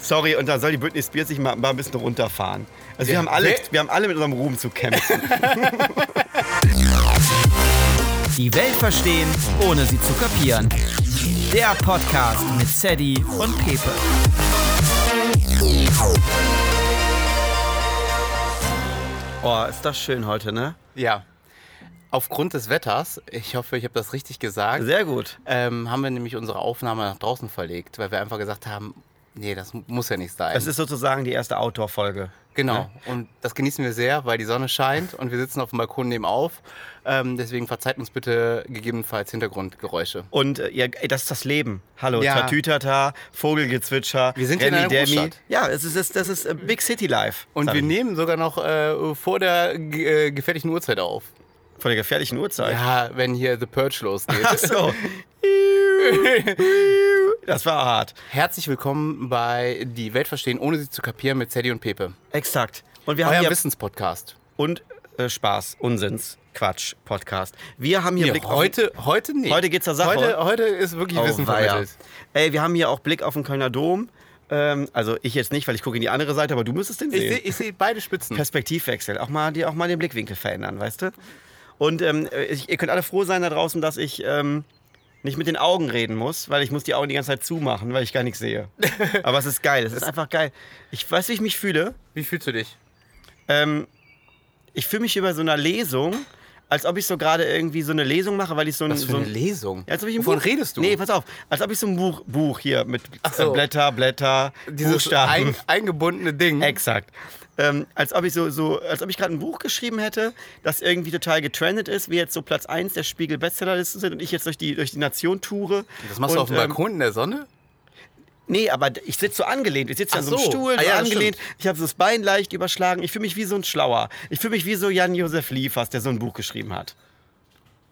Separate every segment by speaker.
Speaker 1: Sorry, und da soll die Britney Spears sich mal, mal ein bisschen runterfahren. Also wir,
Speaker 2: Ja.
Speaker 1: haben alle,
Speaker 2: Nee.
Speaker 1: wir haben alle mit unserem Ruhm zu kämpfen.
Speaker 3: Die Welt verstehen, ohne sie zu kapieren. Der Podcast mit Sadie und Pepe.
Speaker 1: oh, ist das schön heute, ne?
Speaker 2: Ja. Aufgrund des Wetters, ich hoffe, ich habe das richtig gesagt,
Speaker 1: Sehr gut.
Speaker 2: ähm, haben wir nämlich unsere Aufnahme nach draußen verlegt, weil wir einfach gesagt haben, nee, das mu- muss ja nicht sein.
Speaker 1: Es ist ne? sozusagen die erste Outdoor-Folge.
Speaker 2: genau. Und das genießen wir sehr, weil die Sonne scheint und wir sitzen auf dem Balkon nebenauf. Ähm, deswegen verzeiht uns bitte gegebenenfalls Hintergrundgeräusche.
Speaker 1: Und äh, ja, ey, das ist das Leben. Hallo,
Speaker 2: Ja.
Speaker 1: Tatütata, Vogelgezwitscher,
Speaker 2: Wir sind hier in einer Großstadt.
Speaker 1: Ja, es ist, es ist, das ist äh, Big City Life.
Speaker 2: Und
Speaker 1: sag
Speaker 2: wir ne-
Speaker 1: ich.
Speaker 2: nehmen sogar noch äh, vor der ge- äh, gefährlichen Uhrzeit auf.
Speaker 1: Von der gefährlichen Uhrzeit.
Speaker 2: Ja, wenn hier The Purge losgeht.
Speaker 1: Ach so. Das war hart.
Speaker 2: Herzlich willkommen bei Die Welt verstehen, ohne sie zu kapieren mit Sadie und Pepe.
Speaker 1: Exakt. Und wir haben
Speaker 2: Euer
Speaker 1: hier
Speaker 2: Wissenspodcast.
Speaker 1: und äh, Spaß, Unsinns, Quatsch, Podcast. Wir haben hier
Speaker 2: Ja,
Speaker 1: Blick
Speaker 2: heute, heute nicht.
Speaker 1: Heute geht's zur Sache.
Speaker 2: Heute, heute ist wirklich
Speaker 1: auf
Speaker 2: Wissen
Speaker 1: Oh, weia.
Speaker 2: vermittelt.
Speaker 1: Ey, wir haben hier auch Blick auf den Kölner Dom. Ähm, also ich jetzt nicht, weil ich gucke in die andere Seite, aber du müsstest den
Speaker 2: Ich
Speaker 1: sehen.
Speaker 2: sehe ich seh beide Spitzen.
Speaker 1: Perspektivwechsel, auch mal, die, auch mal den Blickwinkel verändern, weißt du? Und ähm, ich, ihr könnt alle froh sein da draußen, dass ich ähm, nicht mit den Augen reden muss, weil ich muss die Augen die ganze Zeit zumachen, weil ich gar nichts sehe. Aber es ist geil, es ist einfach geil. Ich weiß, wie ich mich fühle.
Speaker 2: Wie fühlst du dich?
Speaker 1: Ähm, ich fühle mich über so einer Lesung, als ob ich so gerade irgendwie so eine Lesung mache, weil ich so ein...
Speaker 2: Was für
Speaker 1: so
Speaker 2: eine
Speaker 1: ein-
Speaker 2: Lesung.
Speaker 1: Ja, Als ob ich ein
Speaker 2: Wovon
Speaker 1: Buch,
Speaker 2: redest du?
Speaker 1: Nee, pass auf. Als ob ich so ein Buch, Buch hier mit
Speaker 2: so.
Speaker 1: Blätter, Blätter,
Speaker 2: Dieses
Speaker 1: Buchstaben.
Speaker 2: ein, eingebundene Ding.
Speaker 1: Exakt. Ähm, als ob ich so, so als ob ich gerade ein Buch geschrieben hätte, das irgendwie total getrendet ist, wie jetzt so Platz 1 der Spiegel Bestsellerlisten sind und ich jetzt durch die, durch die Nation toure.
Speaker 2: Das machst du
Speaker 1: Und,
Speaker 2: auf dem
Speaker 1: ähm,
Speaker 2: Balkon in der Sonne?
Speaker 1: Nee, aber d- ich sitze so angelehnt. Ich sitze an
Speaker 2: Ach
Speaker 1: so einem
Speaker 2: so.
Speaker 1: Stuhl,
Speaker 2: Ah
Speaker 1: so
Speaker 2: ja, das
Speaker 1: angelehnt. Ich habe so das Bein leicht überschlagen. Ich fühle mich wie so ein Schlauer. Ich fühle mich wie so Jan-Josef Liefers, der so ein Buch geschrieben hat.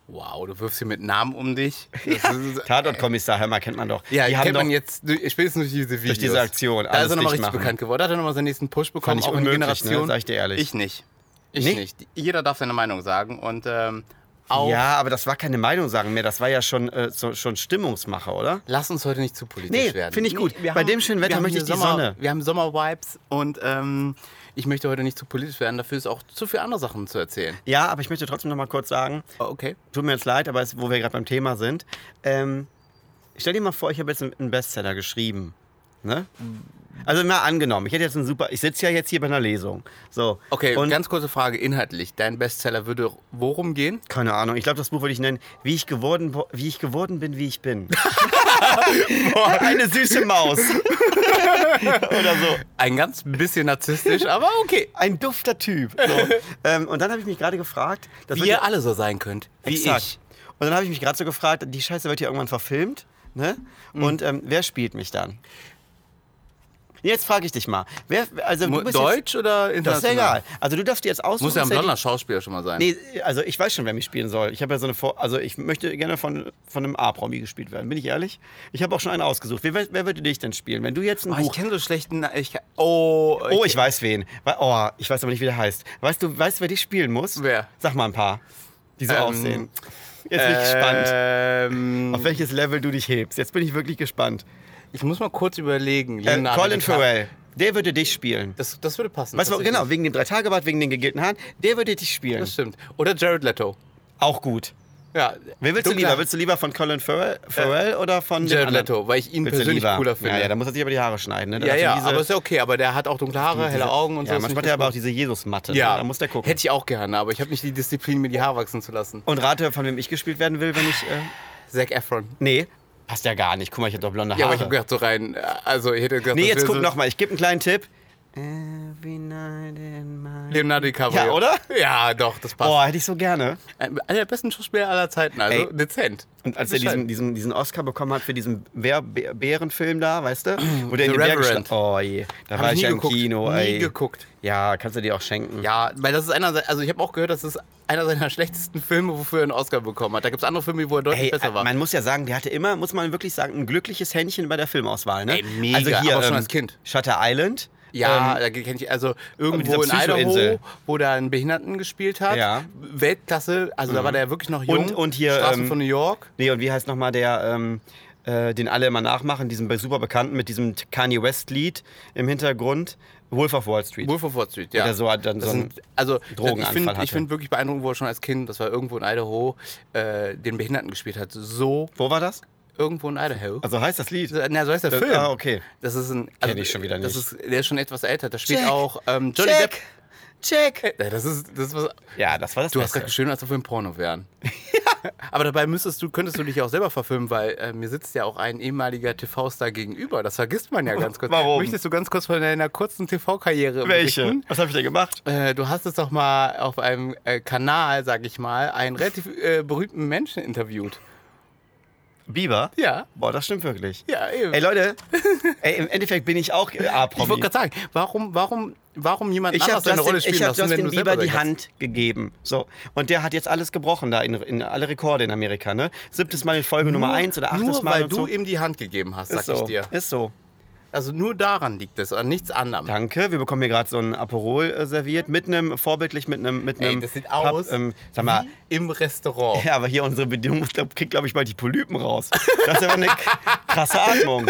Speaker 2: Wow, du wirfst hier mit Namen um dich. Das ist,
Speaker 1: Tatortkommissar, hör mal, kennt man doch.
Speaker 2: ja
Speaker 1: die haben
Speaker 2: kennt
Speaker 1: doch,
Speaker 2: man jetzt durch- spätestens durch diese Videos.
Speaker 1: diese Aktion,
Speaker 2: Da
Speaker 1: alles
Speaker 2: ist er nochmal
Speaker 1: dicht
Speaker 2: richtig
Speaker 1: machen.
Speaker 2: bekannt geworden. Da hat er nochmal seinen nächsten Push bekommen.
Speaker 1: ich
Speaker 2: auch in die
Speaker 1: unmöglich, ne?
Speaker 2: Generation.
Speaker 1: Sag ich dir ehrlich.
Speaker 2: Ich nicht. Ich
Speaker 1: Nicht?
Speaker 2: nicht. Jeder darf seine Meinung sagen. Und ähm, auch
Speaker 1: Ja, aber das war keine Meinung sagen mehr. Das war ja schon, äh, so, schon Stimmungsmache, oder?
Speaker 2: Lass uns heute nicht zu politisch
Speaker 1: Nee,
Speaker 2: werden.
Speaker 1: finde ich gut.
Speaker 2: wir
Speaker 1: Bei dem schönen
Speaker 2: wir
Speaker 1: Wetter
Speaker 2: haben
Speaker 1: möchte
Speaker 2: hier
Speaker 1: ich die
Speaker 2: Sommer,
Speaker 1: Sonne.
Speaker 2: Wir haben Sommer-Vibes und ähm, ich möchte heute nicht zu politisch werden. Dafür ist auch zu viel andere Sachen zu erzählen.
Speaker 1: Ja, aber ich möchte trotzdem noch mal kurz sagen,
Speaker 2: Okay.
Speaker 1: tut mir jetzt leid, aber es, wo wir gerade beim Thema sind, ähm, stell dir mal vor, ich habe jetzt einen Bestseller geschrieben. Ne? Also mal angenommen, ich hätte jetzt einen super, ich sitze ja jetzt hier bei einer Lesung. So.
Speaker 2: Okay,
Speaker 1: und
Speaker 2: ganz kurze Frage inhaltlich. Dein Bestseller würde worum gehen?
Speaker 1: keine Ahnung, ich glaube, das Buch würde ich nennen, wie ich geworden, wo- wie ich geworden bin, wie ich bin. eine süße Maus.
Speaker 2: Ein ganz bisschen narzisstisch, aber okay.
Speaker 1: Ein dufter Typ. So. ähm, und dann habe ich mich gerade gefragt, das
Speaker 2: Wie
Speaker 1: wird ja-
Speaker 2: ihr alle so sein könnt. Wie
Speaker 1: Exakt.
Speaker 2: ich.
Speaker 1: Und dann habe ich mich gerade so gefragt, die Scheiße wird ja irgendwann verfilmt, ne?
Speaker 2: Mhm.
Speaker 1: Und ähm, wer spielt mich dann? Jetzt frage ich dich mal. Wer, also du
Speaker 2: Mu-
Speaker 1: bist Jetzt,
Speaker 2: Deutsch
Speaker 1: das
Speaker 2: oder
Speaker 1: ist ja
Speaker 2: international?
Speaker 1: egal. Also du darfst dir jetzt aussuchen.
Speaker 2: Muss ja ein
Speaker 1: Sadie-
Speaker 2: blonder Schauspieler schon mal sein.
Speaker 1: Nee, also ich weiß schon, wer mich spielen soll. Ich habe ja so eine Vor also ich möchte gerne von, von einem A-Promi gespielt werden. Bin ich ehrlich? Ich habe auch schon einen ausgesucht. Wer, wer würde dich denn spielen, wenn du jetzt ein
Speaker 2: Oh, ich
Speaker 1: Buch?
Speaker 2: kenne so schlechten. Ich, oh,
Speaker 1: Oh, ich weiß wen. We- Oh, ich weiß aber nicht, wie der heißt. Weißt du, weißt du, wer dich spielen muss?
Speaker 2: Wer?
Speaker 1: Sag mal ein paar, die so
Speaker 2: Ähm, äh,
Speaker 1: aussehen. Jetzt bin ich gespannt.
Speaker 2: Ähm,
Speaker 1: Auf welches Level du dich hebst. Jetzt bin ich wirklich gespannt.
Speaker 2: ich muss mal kurz überlegen.
Speaker 1: Ähm,
Speaker 2: Leonardo
Speaker 1: Colin
Speaker 2: DiCaprio.
Speaker 1: Farrell, der würde dich spielen.
Speaker 2: Das, das würde passen.
Speaker 1: Weißt du,
Speaker 2: tatsächlich.
Speaker 1: genau, wegen dem Dreitagebart, wegen den gegelten Haaren, der würde dich spielen.
Speaker 2: Das stimmt. Oder Jared Leto.
Speaker 1: Auch gut.
Speaker 2: Ja.
Speaker 1: Wer willst du
Speaker 2: dunkler-
Speaker 1: lieber? Willst du lieber von Colin Farrell, Farrell oder von dem
Speaker 2: Äh, Jared
Speaker 1: anderen?
Speaker 2: Leto, weil ich ihn
Speaker 1: Willst du
Speaker 2: persönlich
Speaker 1: lieber?
Speaker 2: cooler finde.
Speaker 1: Ja, ja, da muss er sich aber die Haare schneiden. Ne? Da
Speaker 2: ja,
Speaker 1: hat er
Speaker 2: ja,
Speaker 1: diese-
Speaker 2: aber ist ja okay. Aber der hat auch dunkle Haare, helle Augen und
Speaker 1: ja,
Speaker 2: so. ist
Speaker 1: manchmal hat
Speaker 2: nicht
Speaker 1: er aber auch
Speaker 2: gut.
Speaker 1: diese Jesus-Matte.
Speaker 2: ja,
Speaker 1: Ne? Da muss der gucken.
Speaker 2: Hätte ich auch gerne, aber ich habe nicht die Disziplin, mir die Haare wachsen zu lassen.
Speaker 1: Und rate, von wem ich gespielt werden will, wenn ich... Äh,
Speaker 2: Zac Efron.
Speaker 1: nee, passt ja gar nicht. Guck mal, ich hab doch blonde Haare.
Speaker 2: Ja, aber ich habe gedacht, so rein. Also, ich hätte gedacht,
Speaker 1: nee,
Speaker 2: das
Speaker 1: jetzt
Speaker 2: wäre
Speaker 1: guck
Speaker 2: so
Speaker 1: nochmal. Ich gebe einen kleinen Tipp. Every night in my...
Speaker 2: Leonardo DiCaprio.
Speaker 1: Ja, oder?
Speaker 2: Ja, doch, das passt. Äh,
Speaker 1: Boah, hätte ich so gerne.
Speaker 2: Einer der besten Schauspieler aller Zeiten, also
Speaker 1: Ey.
Speaker 2: dezent.
Speaker 1: Und als er diesen, diesen, diesen Oscar bekommen hat für diesen Bär, Bär- Bärenffilm da, weißt du? Wo der in den
Speaker 2: The
Speaker 1: Bär
Speaker 2: Reverend.
Speaker 1: geschlagen Oh je, da
Speaker 2: Hab
Speaker 1: war
Speaker 2: ich
Speaker 1: ich
Speaker 2: nie
Speaker 1: ja im
Speaker 2: geguckt.
Speaker 1: Kino,
Speaker 2: Nie
Speaker 1: ey.
Speaker 2: geguckt.
Speaker 1: Ja, kannst du dir auch schenken.
Speaker 2: Ja, weil das ist einer, also ich habe auch gehört, das ist einer seiner schlechtesten Filme, wofür er einen Oscar bekommen hat. Da gibt es andere Filme, wo er deutlich
Speaker 1: Ey,
Speaker 2: besser war.
Speaker 1: man muss ja sagen, der hatte immer, muss man wirklich sagen, ein glückliches Händchen bei der Filmauswahl, ne?
Speaker 2: Ey, mega, aber schon als Kind.
Speaker 1: Shutter Island.
Speaker 2: Ja,
Speaker 1: Ähm,
Speaker 2: da kenne ich, also
Speaker 1: dieser
Speaker 2: irgendwo in
Speaker 1: Psycho-Insel.
Speaker 2: Idaho, wo da einen Behinderten gespielt hat.
Speaker 1: Ja. Mhm.
Speaker 2: Weltklasse, also da war der wirklich noch jung.
Speaker 1: Und- und hier,
Speaker 2: Straßen
Speaker 1: ähm,
Speaker 2: von New York.
Speaker 1: nee, und wie heißt nochmal der, ähm, äh, den alle immer nachmachen, diesen be- super bekannten mit diesem Kanye West-Lied im Hintergrund, Wolf of Wall Street.
Speaker 2: Wolf of Wall Street, ja.
Speaker 1: Der so hat dann
Speaker 2: das
Speaker 1: so einen
Speaker 2: sind, also ich
Speaker 1: Drogenanfall
Speaker 2: finde
Speaker 1: hatte.
Speaker 2: ich find wirklich beeindruckend, wo er schon als Kind, das war irgendwo in Idaho, äh, den Behinderten gespielt hat. So
Speaker 1: Wo war das?
Speaker 2: irgendwo in Idaho.
Speaker 1: Also heißt das Lied?
Speaker 2: Na, so heißt der
Speaker 1: Das-
Speaker 2: Film.
Speaker 1: ah, okay.
Speaker 2: Das ist ein. also,
Speaker 1: ich schon wieder
Speaker 2: Das
Speaker 1: nicht.
Speaker 2: ist, der ist schon etwas älter. Da spielt
Speaker 1: Jack,
Speaker 2: auch ähm, Johnny
Speaker 1: Check!
Speaker 2: Depp.
Speaker 1: Check!
Speaker 2: Ja, Das ist, das ist was,
Speaker 1: Äh,
Speaker 2: Äh,
Speaker 1: Ja, das war das
Speaker 2: Du hast
Speaker 1: Beste.
Speaker 2: gerade schön, als ob wir im Porno wären. Aber dabei müsstest du, könntest du dich auch selber verfilmen, weil äh, mir sitzt ja auch ein ehemaliger TV-Star gegenüber. Das vergisst man ja ganz kurz.
Speaker 1: Warum?
Speaker 2: Möchtest du ganz kurz von deiner kurzen TV-Karriere
Speaker 1: Welche?
Speaker 2: berichten?
Speaker 1: Was habe ich denn gemacht?
Speaker 2: Äh, du hast es doch mal auf einem äh, Kanal, sag ich mal, einen relativ äh, berühmten Menschen interviewt.
Speaker 1: Biber?
Speaker 2: Ja.
Speaker 1: Boah, das stimmt wirklich.
Speaker 2: Ja, eben.
Speaker 1: Ey, Leute, ey, im Endeffekt bin ich auch äh,
Speaker 2: ich
Speaker 1: A-Promi.
Speaker 2: wollte gerade sagen, warum, warum, warum jemand
Speaker 1: Ich
Speaker 2: anders
Speaker 1: habe
Speaker 2: seine
Speaker 1: Justin,
Speaker 2: Rolle spielen
Speaker 1: ich hab
Speaker 2: lassen,
Speaker 1: Justin
Speaker 2: du
Speaker 1: Bieber
Speaker 2: selber
Speaker 1: die
Speaker 2: da jetzt-
Speaker 1: Hand gegeben. So. Und der hat jetzt alles gebrochen da, in, in alle Rekorde in Amerika. Ne? Siebtes Mal in Folge Nummer 1 oder achtes
Speaker 2: Nur
Speaker 1: Mal.
Speaker 2: weil
Speaker 1: und
Speaker 2: du
Speaker 1: so.
Speaker 2: ihm die Hand gegeben hast, sag
Speaker 1: ist so.
Speaker 2: ich dir.
Speaker 1: Ist so.
Speaker 2: Also nur daran liegt es, an nichts anderem.
Speaker 1: Danke. Wir bekommen hier gerade so ein Aperol äh, serviert mit einem, vorbildlich mit einem. Mit
Speaker 2: Ey,
Speaker 1: einem
Speaker 2: das sieht
Speaker 1: Papp-
Speaker 2: aus
Speaker 1: ähm, sag mal,
Speaker 2: wie im Restaurant.
Speaker 1: ja, aber hier unsere Bedienung glaub, kriegt, glaube ich, bald die Polypen raus. Das ist aber eine k- krasse Atmung.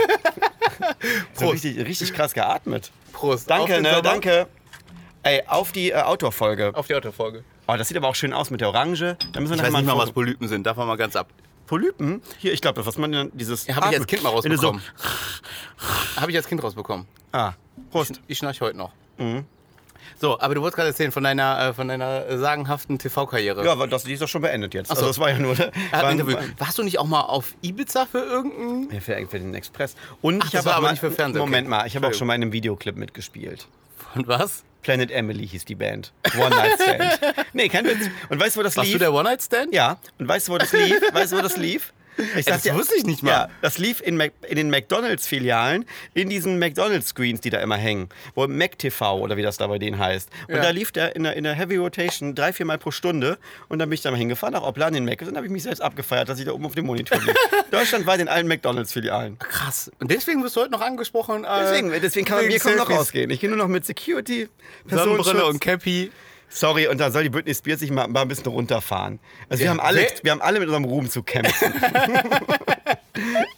Speaker 1: So
Speaker 2: Prost.
Speaker 1: richtig, richtig krass geatmet.
Speaker 2: Prost. auf
Speaker 1: Danke,
Speaker 2: den
Speaker 1: ne?
Speaker 2: Sommer,
Speaker 1: Danke. Ey, auf die äh, Outdoor-Folge.
Speaker 2: Auf die Autofolge.
Speaker 1: Oh, das sieht aber auch schön aus mit der Orange. Da müssen wir
Speaker 2: Ich
Speaker 1: nachher
Speaker 2: weiß
Speaker 1: mal
Speaker 2: nicht
Speaker 1: ein
Speaker 2: mal, was
Speaker 1: Foto-
Speaker 2: Polypen sind. Davon mal ganz ab.
Speaker 1: Polypen? Hier, ich glaube, was man denn dieses.
Speaker 2: Ja, hab ich
Speaker 1: Atmen-
Speaker 2: als Kind mal
Speaker 1: Ah, wenn du
Speaker 2: rausbekommen. Habe ich als Kind rausbekommen.
Speaker 1: So, ah, Prost.
Speaker 2: Ich schnarch heute noch.
Speaker 1: Mhm.
Speaker 2: So, aber du wolltest gerade erzählen von deiner, äh, von deiner äh, sagenhaften TV-Karriere.
Speaker 1: Ja, aber das, die ist doch schon beendet jetzt.
Speaker 2: so.
Speaker 1: Also, das war ja nur.
Speaker 2: Er hat ein
Speaker 1: war-
Speaker 2: Interview. Warst du nicht auch mal auf Ibiza für irgendeinen?
Speaker 1: Ja, für, für den Express. Und ich
Speaker 2: das
Speaker 1: habe
Speaker 2: war
Speaker 1: auch
Speaker 2: aber
Speaker 1: mal,
Speaker 2: nicht für Fernsehen, okay.
Speaker 1: Moment mal, ich habe auch schon
Speaker 2: Entschuldigung.
Speaker 1: mal in einem Videoclip mitgespielt.
Speaker 2: Und was?
Speaker 1: Planet Emily hieß die Band. One Night Stand. nee, kein Witz. Und weißt du, wo das
Speaker 2: Warst
Speaker 1: lief?
Speaker 2: du der One-Night-Stand?
Speaker 1: ja. Und weißt du, wo das lief? Weißt du, wo das lief? Ich
Speaker 2: das wusste ich nicht mal.
Speaker 1: Ja, das lief in, Mac, in den McDonalds-Filialen, in diesen McDonalds-Screens, die da immer hängen. Wo MacTV oder wie das da bei denen heißt. Und
Speaker 2: Ja.
Speaker 1: da lief der in der, in der Heavy Rotation drei, vier Mal pro Stunde. Und dann bin ich da mal hingefahren, nach Oplan in Mac. Und dann habe ich mich selbst abgefeiert, dass ich da oben auf dem Monitor lief. Deutschland war in allen McDonalds-Filialen.
Speaker 2: Krass. Und deswegen wirst du heute noch angesprochen. Äh,
Speaker 1: Deswegen, deswegen kann man
Speaker 2: wegen
Speaker 1: mir kaum noch
Speaker 2: Selfies.
Speaker 1: rausgehen. Ich gehe nur noch mit Security,
Speaker 2: Sonnenbrille
Speaker 1: Personenschutz.
Speaker 2: und Cappy.
Speaker 1: Sorry, und da soll die Britney Spears sich mal, mal ein bisschen runterfahren. Also wir,
Speaker 2: Ja,
Speaker 1: haben alle,
Speaker 2: wer-
Speaker 1: wir haben alle mit unserem Ruhm zu kämpfen.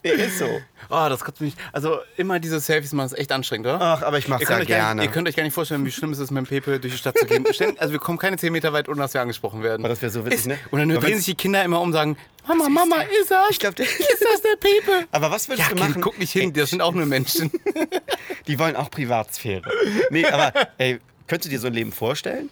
Speaker 1: nee, ist so.
Speaker 2: Oh, das kotzt mich. Also immer diese Selfies machen ist echt anstrengend, oder?
Speaker 1: Ach, aber ich mach's ja
Speaker 2: Ihr könnt, euch gar
Speaker 1: gerne.
Speaker 2: nicht, ihr könnt euch gar nicht vorstellen, wie schlimm es ist, mit dem Pepe durch die Stadt zu gehen. Stellen- also wir kommen keine 10 Meter weit, ohne dass wir angesprochen werden.
Speaker 1: Aber das wär so witzig,
Speaker 2: ist,
Speaker 1: ne?
Speaker 2: Und dann
Speaker 1: Aber
Speaker 2: drehen
Speaker 1: wenn's-
Speaker 2: sich die Kinder immer um und sagen, Mama, Mama, ist er?
Speaker 1: Ich glaub, der-
Speaker 2: ist das der Pepe?
Speaker 1: aber was würdest
Speaker 2: Ja,
Speaker 1: du
Speaker 2: Kind,
Speaker 1: machen?
Speaker 2: guck nicht hin, das sind auch nur Menschen.
Speaker 1: Die wollen auch Privatsphäre. Nee, aber ey, könntest du dir so ein Leben vorstellen?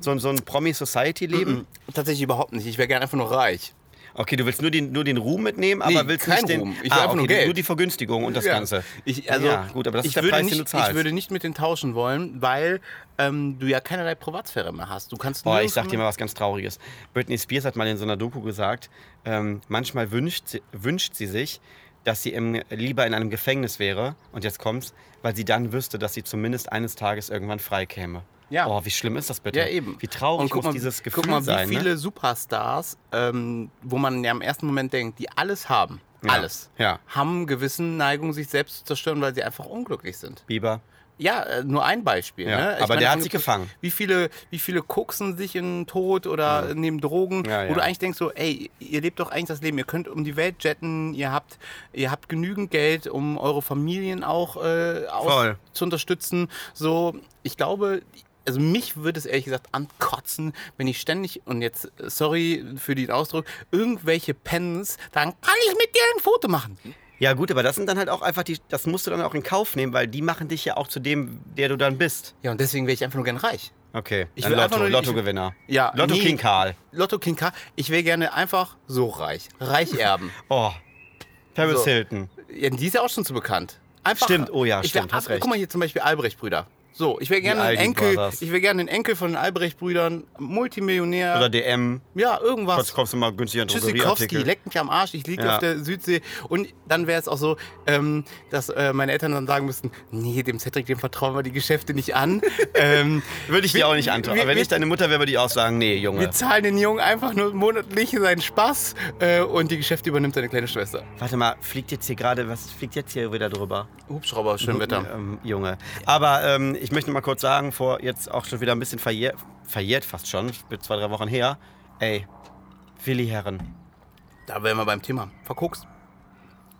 Speaker 1: So, ein- so ein Promi-Society-Leben?
Speaker 2: Tatsächlich überhaupt nicht. Ich wäre gerne einfach nur reich.
Speaker 1: Okay, du willst nur den, nur den Ruhm mitnehmen, aber
Speaker 2: Nee,
Speaker 1: willst
Speaker 2: kein
Speaker 1: nicht den.
Speaker 2: Ruhm. Ich will
Speaker 1: ah,
Speaker 2: einfach
Speaker 1: okay,
Speaker 2: nur Geld.
Speaker 1: Nur die Vergünstigung und das Ganze.
Speaker 2: Ich, also,
Speaker 1: ja, gut, aber das
Speaker 2: ich
Speaker 1: ist der
Speaker 2: würde
Speaker 1: Preis,
Speaker 2: nicht,
Speaker 1: den du zahlst.
Speaker 2: Ich würde nicht mit denen tauschen wollen, weil ähm, du ja keinerlei Privatsphäre mehr hast. Du kannst
Speaker 1: Boah,
Speaker 2: nur
Speaker 1: ich sag dir mal was ganz Trauriges. Britney Spears hat mal in so einer Doku gesagt, ähm, manchmal wünscht sie, wünscht sie sich, dass sie im, lieber in einem Gefängnis wäre, und jetzt kommt's, weil sie dann wüsste, dass sie zumindest eines Tages irgendwann frei käme.
Speaker 2: Ja.
Speaker 1: Oh, wie schlimm ist das bitte?
Speaker 2: Ja, eben.
Speaker 1: Wie traurig
Speaker 2: Und guck
Speaker 1: muss
Speaker 2: mal,
Speaker 1: dieses Gefühl
Speaker 2: Guck mal, wie
Speaker 1: sein.
Speaker 2: viele
Speaker 1: ne?
Speaker 2: Superstars, ähm, wo man ja im ersten Moment denkt, die alles haben,
Speaker 1: Ja.
Speaker 2: alles,
Speaker 1: Ja.
Speaker 2: haben gewissen Neigungen, sich selbst zu zerstören, weil sie einfach unglücklich sind.
Speaker 1: Bieber.
Speaker 2: Ja, äh, nur ein Beispiel.
Speaker 1: Ja,
Speaker 2: ne? Ich
Speaker 1: aber der hat
Speaker 2: ange-
Speaker 1: sich gefangen.
Speaker 2: Wie viele, wie viele koksen sich in den Tod oder nehmen Drogen,
Speaker 1: Ja,
Speaker 2: wo
Speaker 1: ja.
Speaker 2: du eigentlich denkst so, ey, ihr lebt doch eigentlich das Leben, ihr könnt um die Welt jetten, ihr habt, ihr habt genügend Geld, um eure Familien auch äh, aus
Speaker 1: Voll.
Speaker 2: zu unterstützen. So, ich glaube, also mich würde es ehrlich gesagt ankotzen, wenn ich ständig, und jetzt äh, sorry für den Ausdruck, irgendwelche Pens sagen, kann ich mit dir ein Foto machen?
Speaker 1: Ja gut, aber das sind dann halt auch einfach die, das musst du dann auch in Kauf nehmen, weil die machen dich ja auch zu dem, der du dann bist.
Speaker 2: Ja, und deswegen wäre ich einfach nur gern reich.
Speaker 1: Okay.
Speaker 2: Ich
Speaker 1: Dann
Speaker 2: will einfach
Speaker 1: Lotto,
Speaker 2: nur- ich-
Speaker 1: Lottogewinner.
Speaker 2: Ja,
Speaker 1: Lotto
Speaker 2: nee.
Speaker 1: King Karl.
Speaker 2: Lotto King K. Ich wäre gerne einfach so reich. Reich erben.
Speaker 1: Oh. Paris
Speaker 2: So.
Speaker 1: Hilton.
Speaker 2: ja, die ist ja auch schon zu bekannt. Einfach,
Speaker 1: Stimmt, oh ja,
Speaker 2: ich wär-
Speaker 1: stimmt, hast
Speaker 2: ab-
Speaker 1: recht.
Speaker 2: Guck mal hier zum Beispiel Albrecht-Brüder. So, ich wäre gerne
Speaker 1: Die
Speaker 2: ein
Speaker 1: Aldi
Speaker 2: Enkel.
Speaker 1: Brothers.
Speaker 2: Ich wäre gerne ein Enkel von den Albrecht-Brüdern, Multimillionär.
Speaker 1: Oder DM.
Speaker 2: ja,
Speaker 1: Kurz
Speaker 2: irgendwas.
Speaker 1: kommst du mal günstig an
Speaker 2: Tschüssikowski,
Speaker 1: Drogerieartikel.
Speaker 2: leck mich am Arsch, ich liege
Speaker 1: Ja.
Speaker 2: auf der Südsee. Und dann wäre es auch so, ähm, dass äh, meine Eltern dann sagen müssten, nee, dem Cedric, dem vertrauen wir die Geschäfte nicht an. ähm,
Speaker 1: Würde ich dir auch nicht antragen.
Speaker 2: wir-
Speaker 1: Aber wenn
Speaker 2: wir-
Speaker 1: ich deine Mutter wäre, würde ich auch sagen, nee, Junge.
Speaker 2: wir zahlen den Jungen einfach nur monatlich seinen Spaß äh, und die Geschäfte übernimmt seine kleine Schwester.
Speaker 1: Warte mal, fliegt jetzt hier gerade, was fliegt jetzt hier wieder drüber?
Speaker 2: Hubschrauber, schön Wetter.
Speaker 1: Ähm, Junge. Aber ähm, ich möchte mal kurz sagen, vor jetzt auch schon wieder ein bisschen verjährt, verjährt fast schon, mit zwei, drei Wochen her. Ey, Willi Herren.
Speaker 2: Da wären wir beim Thema. Verguckst.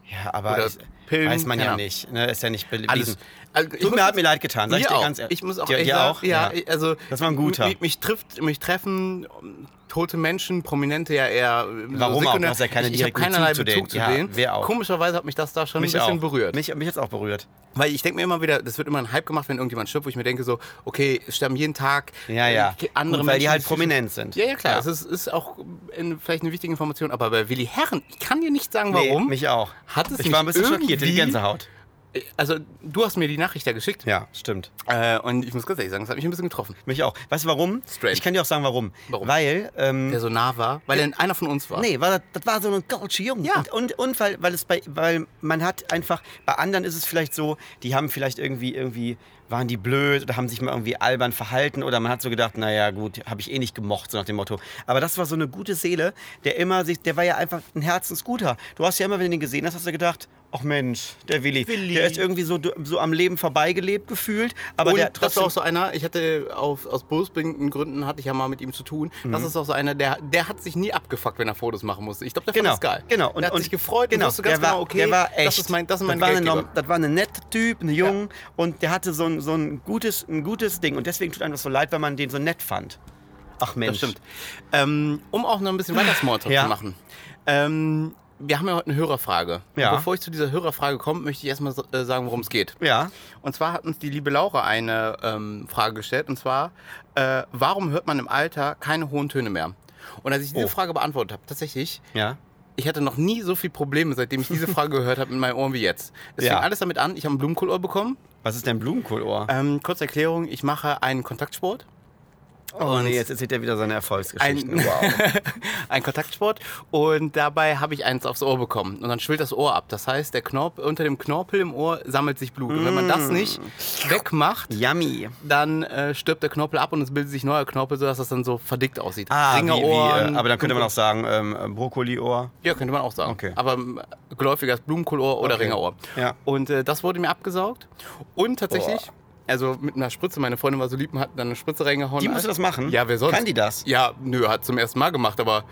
Speaker 1: Ja, aber
Speaker 2: Oder
Speaker 1: ich,
Speaker 2: Pillen,
Speaker 1: weiß man
Speaker 2: keine
Speaker 1: ja
Speaker 2: Ahnung.
Speaker 1: nicht. Ne? Ist ja nicht bewiesen.
Speaker 2: Alles. Also, ich
Speaker 1: Tut
Speaker 2: muss
Speaker 1: mir, hat
Speaker 2: jetzt-
Speaker 1: mir leid getan, sag ich
Speaker 2: Mir
Speaker 1: dir
Speaker 2: auch.
Speaker 1: ganz ehrlich.
Speaker 2: Ich muss auch
Speaker 1: Dir-
Speaker 2: echt
Speaker 1: dir
Speaker 2: sagen,
Speaker 1: auch?
Speaker 2: Ja,
Speaker 1: Ja.
Speaker 2: ich- also
Speaker 1: Das war ein guter.
Speaker 2: Mich, mich trifft, mich treffen um, tote Menschen, Prominente ja eher. ähm, so
Speaker 1: Warum auch? Du
Speaker 2: sekundär.
Speaker 1: hast ja keinen
Speaker 2: ich, ich habe
Speaker 1: direkten
Speaker 2: keinerlei
Speaker 1: Bezug zu
Speaker 2: Bezug zu
Speaker 1: denen.
Speaker 2: denen.
Speaker 1: Ja, wer auch.
Speaker 2: Komischerweise hat mich das da schon
Speaker 1: Mich
Speaker 2: ein bisschen
Speaker 1: auch.
Speaker 2: berührt.
Speaker 1: Mich, mich hat auch berührt.
Speaker 2: Weil ich denke mir immer wieder, das wird immer ein Hype gemacht, wenn irgendjemand stirbt, wo ich mir denke so, okay, es sterben jeden Tag
Speaker 1: Ja,
Speaker 2: äh,
Speaker 1: ja.
Speaker 2: andere
Speaker 1: Gut, weil die
Speaker 2: Menschen,
Speaker 1: halt
Speaker 2: psychisch-
Speaker 1: prominent sind.
Speaker 2: Ja, ja, klar. Das ist, ist auch ähm, in, vielleicht eine wichtige Information. Aber bei Willi Herren, ich kann dir nicht sagen, warum.
Speaker 1: Nee, mich auch.
Speaker 2: Hat es
Speaker 1: ich war ein
Speaker 2: nicht
Speaker 1: bisschen schockiert, die
Speaker 2: irgendwie-
Speaker 1: Gänsehaut.
Speaker 2: Also, du hast mir die Nachricht ja geschickt.
Speaker 1: Ja, stimmt.
Speaker 2: Äh, und ich muss ganz ehrlich sagen, das hat mich ein bisschen getroffen.
Speaker 1: Mich auch. Weißt du warum?
Speaker 2: Strange.
Speaker 1: Ich kann dir auch sagen, warum.
Speaker 2: Warum?
Speaker 1: Weil. Ähm,
Speaker 2: Mhm. Der so nah war, weil er einer von uns war.
Speaker 1: Nee, war, das- das war so ein Gautsche Jung.
Speaker 2: Ja.
Speaker 1: Und, und, und weil, weil es bei, weil man hat einfach, bei anderen ist es vielleicht so, die haben vielleicht irgendwie, irgendwie, waren die blöd oder haben sich mal irgendwie albern verhalten oder man hat so gedacht, naja, gut, habe ich eh nicht gemocht, so nach dem Motto. Aber das war so eine gute Seele, der immer sich, der war ja einfach ein Herzensguter. Du hast ja immer, wenn du den gesehen hast, hast du gedacht, ach Mensch, der Willi,
Speaker 2: Willi.
Speaker 1: der ist irgendwie so, so am Leben vorbeigelebt gefühlt, aber
Speaker 2: und
Speaker 1: der
Speaker 2: das
Speaker 1: trotzdem
Speaker 2: war auch so einer, ich hatte auf, aus berufsbedingten Gründen, hatte ich ja mal mit ihm zu tun. Das ist auch so einer, der, der hat sich nie abgefuckt, wenn er Fotos machen musste. Ich glaube, der
Speaker 1: Genau,
Speaker 2: fand das geil.
Speaker 1: genau.
Speaker 2: Und, der hat sich gefreut und wusste ganz
Speaker 1: der war,
Speaker 2: genau, okay,
Speaker 1: der war echt.
Speaker 2: das ist mein, das ist mein
Speaker 1: das, war eine,
Speaker 2: Geldgeber.
Speaker 1: norm- das war ein netter Typ, ein Jung und der hatte so ein, so ein, gutes, ein gutes Ding und deswegen tut einem das so leid, weil man den so nett fand. Ach Mensch.
Speaker 2: Das stimmt. Ähm, um auch noch ein bisschen weiter Smalltalk
Speaker 1: Ja.
Speaker 2: zu machen. Ähm, wir haben ja heute eine Hörerfrage.
Speaker 1: Ja.
Speaker 2: Bevor ich zu dieser Hörerfrage komme, möchte ich erstmal so- äh, sagen, worum es geht.
Speaker 1: Ja,
Speaker 2: Und zwar hat uns die liebe Laura eine ähm, Frage gestellt. Und zwar, äh, warum hört man im Alter keine hohen Töne mehr? Und als ich diese
Speaker 1: Oh.
Speaker 2: Frage beantwortet habe, tatsächlich,
Speaker 1: ja.
Speaker 2: ich hatte noch nie so viele Probleme, seitdem ich diese Frage gehört habe, mit meinen Ohren wie jetzt. Es
Speaker 1: Ja.
Speaker 2: fing alles damit an, ich habe ein Blumenkohlohr bekommen.
Speaker 1: Was ist denn Blumenkohlohr?
Speaker 2: Ähm, kurze Erklärung, ich mache einen Kontaktsport.
Speaker 1: oh nee, jetzt erzählt er wieder seine Erfolgsgeschichten.
Speaker 2: Ein-
Speaker 1: wow.
Speaker 2: ein Kontaktsport und dabei habe ich eins aufs Ohr bekommen und dann schwillt das Ohr ab. Das heißt, der Knorpel unter dem Knorpel im Ohr sammelt sich Blut und wenn man
Speaker 1: Mm.
Speaker 2: das nicht wegmacht,
Speaker 1: Yummy.
Speaker 2: dann äh, stirbt der Knorpel ab und es bildet sich neuer Knorpel, sodass das dann so verdickt aussieht.
Speaker 1: Ah, wie, wie,
Speaker 2: Ringerohren,
Speaker 1: äh, aber dann könnte man auch sagen, ähm, Brokkoliohr.
Speaker 2: ja, könnte man auch sagen.
Speaker 1: Okay.
Speaker 2: Aber ähm, geläufiger ist Blumenkohlohr oder
Speaker 1: Okay.
Speaker 2: Ringerohr.
Speaker 1: Ja.
Speaker 2: Und äh, das wurde mir abgesaugt. Und tatsächlich,
Speaker 1: Boah.
Speaker 2: also mit einer Spritze, meine Freundin war so lieb und hat dann eine Spritze reingehauen.
Speaker 1: Die musste das machen?
Speaker 2: Ja, wer sonst?
Speaker 1: Kann die das?
Speaker 2: Ja, nö, hat zum ersten Mal gemacht, aber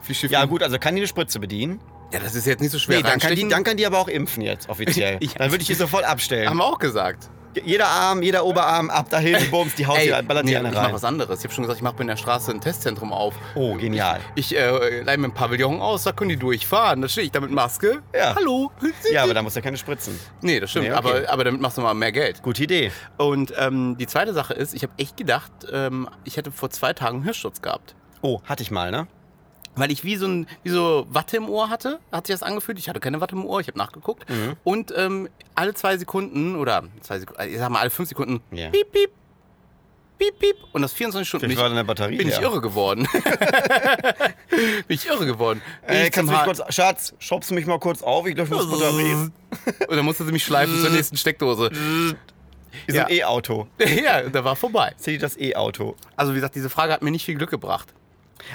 Speaker 2: viel Schiff.
Speaker 1: Ja gut, also kann die eine Spritze bedienen?
Speaker 2: Ja, das ist jetzt nicht so schwer.
Speaker 1: nee, dann kann, die,
Speaker 2: Reinstechen
Speaker 1: dann kann die aber auch impfen jetzt offiziell.
Speaker 2: Ja.
Speaker 1: Dann würde ich die sofort abstellen.
Speaker 2: Haben wir auch gesagt.
Speaker 1: Jeder Arm, jeder Oberarm, ab dahin, bums, die Haut, hier, ballert die
Speaker 2: nee,
Speaker 1: eine
Speaker 2: ich mach
Speaker 1: rein.
Speaker 2: was anderes. Ich habe schon gesagt, ich mache in der Straße ein Testzentrum auf.
Speaker 1: Oh, genial.
Speaker 2: Ich äh, leih mir ein Pavillon aus, da können die durchfahren. Da stehe ich da mit Maske.
Speaker 1: Ja.
Speaker 2: Hallo.
Speaker 1: Ja, aber da muss ja keine Spritzen.
Speaker 2: Nee, das stimmt.
Speaker 1: Nee, okay.
Speaker 2: aber, aber damit machst du mal mehr Geld.
Speaker 1: Gute Idee.
Speaker 2: Und ähm, die zweite Sache ist, ich habe echt gedacht, ähm, ich hätte vor zwei Tagen Hirschschutz gehabt.
Speaker 1: Oh, hatte ich mal, ne?
Speaker 2: Weil ich wie so, ein, wie so Watte im Ohr hatte, hat sich das angefühlt. Ich hatte keine Watte im Ohr, ich habe nachgeguckt.
Speaker 1: Mhm.
Speaker 2: Und ähm, alle zwei Sekunden oder zwei Sekunden, ich sag mal alle fünf Sekunden,
Speaker 1: Ja.
Speaker 2: piep, piep, piep, piep. Und das 24 Stunden.
Speaker 1: Vielleicht
Speaker 2: bin
Speaker 1: war
Speaker 2: ich-
Speaker 1: da eine Batterie.
Speaker 2: Bin
Speaker 1: leer.
Speaker 2: ich irre geworden. bin ich irre geworden. Bin
Speaker 1: Äh,
Speaker 2: ich zum
Speaker 1: kannst du mich
Speaker 2: Haar- Äh,
Speaker 1: kurz, Schatz, schraubst du mich mal kurz auf? Ich glaube, ich muss Batterien.
Speaker 2: Und dann musste sie mich schleifen zur nächsten Steckdose.
Speaker 1: Ist
Speaker 2: Ja.
Speaker 1: ein E-Auto.
Speaker 2: ja, da war vorbei.
Speaker 1: Zählt das E-Auto.
Speaker 2: Also wie gesagt, diese Frage hat mir nicht viel Glück gebracht.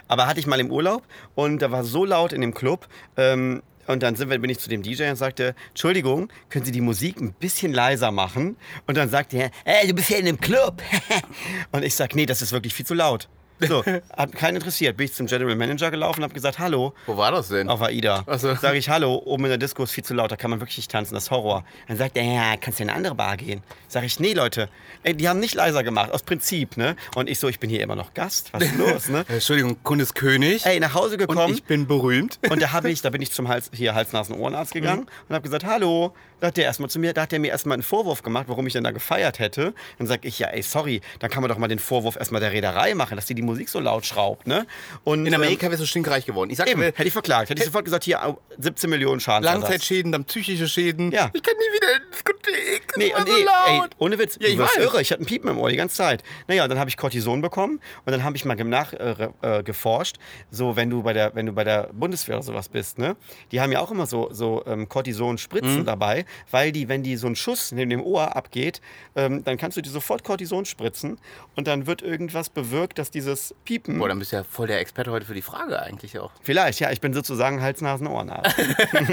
Speaker 1: Aber hatte ich mal im Urlaub und da war so laut in dem Club. Ähm, und dann sind wir, bin ich zu dem DJ und sagte, Entschuldigung, können Sie die Musik ein bisschen leiser machen? Und dann sagte er, ey, du bist hier in dem Club. und ich sag, nee, das ist wirklich viel zu laut. So, hat keinen interessiert. Bin ich zum General Manager gelaufen und habe gesagt, hallo,
Speaker 2: Wo war das denn?
Speaker 1: auf AIDA.
Speaker 2: Ach so.
Speaker 1: Sage ich, hallo, oben in der Disco ist viel zu laut, da kann man wirklich nicht tanzen, das ist Horror. Dann sagt er, ja, kannst du in eine andere Bar gehen? Sage ich, nee, Leute, ey, die haben nicht leiser gemacht, aus Prinzip, ne? Und ich so, ich bin hier immer noch Gast, was ist los, ne?
Speaker 2: Äh, Entschuldigung, Kunde ist König.
Speaker 1: Ey, nach Hause
Speaker 2: und
Speaker 1: gekommen
Speaker 2: ich bin berühmt.
Speaker 1: und, da habe ich, da bin ich zum Hals, hier
Speaker 2: Mhm.
Speaker 1: Hals-Nasen-Ohrenarzt gegangen und habe gesagt, hallo. Da hat der erstmal zu mir, da hat der mir erstmal einen Vorwurf gemacht, warum ich denn da gefeiert hätte. Dann sage ich, ja, ey, sorry, dann kann man doch mal den Vorwurf erstmal der Reederei machen, dass die die Musik so laut schraubt, ne? Und,
Speaker 2: In Amerika
Speaker 1: ähm,
Speaker 2: wärst du stinkreich geworden. Ich sag
Speaker 1: Eben,
Speaker 2: dir,
Speaker 1: hätte ich verklagt. Hätte ich sofort gesagt, hier 17 Millionen Schaden.
Speaker 2: Langzeitschäden, dann psychische Schäden.
Speaker 1: Ja.
Speaker 2: Ich kann nie wieder in die Diskothek.
Speaker 1: Nee,
Speaker 2: es war
Speaker 1: und
Speaker 2: so
Speaker 1: eh, ey,
Speaker 2: laut.
Speaker 1: ohne Witz,
Speaker 2: Ja, ich
Speaker 1: du warst
Speaker 2: weiß.
Speaker 1: irre. Ich hatte einen Piepen im Ohr die ganze Zeit. Naja, und dann habe ich Cortison bekommen und dann habe ich mal gem- nach, äh, re- äh, geforscht, so wenn du, bei der, wenn du bei der Bundeswehr oder sowas bist, ne? Die haben ja auch immer so, so ähm, Cortison-Spritzen
Speaker 2: Mhm.
Speaker 1: dabei, weil die, wenn die so ein Schuss neben dem Ohr abgeht, ähm, dann kannst du dir sofort Cortison spritzen und dann wird irgendwas bewirkt, dass dieses Piepen.
Speaker 2: Boah, dann bist du ja voll der Experte heute für die Frage eigentlich auch.
Speaker 1: Vielleicht, ja, ich bin sozusagen Hals-Nasen-Ohrenarzt.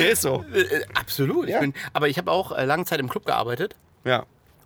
Speaker 1: nee, ist so.
Speaker 2: Äh, absolut.
Speaker 1: Ja.
Speaker 2: Ich bin, aber ich habe auch äh, lange Zeit im Club gearbeitet.
Speaker 1: Ja.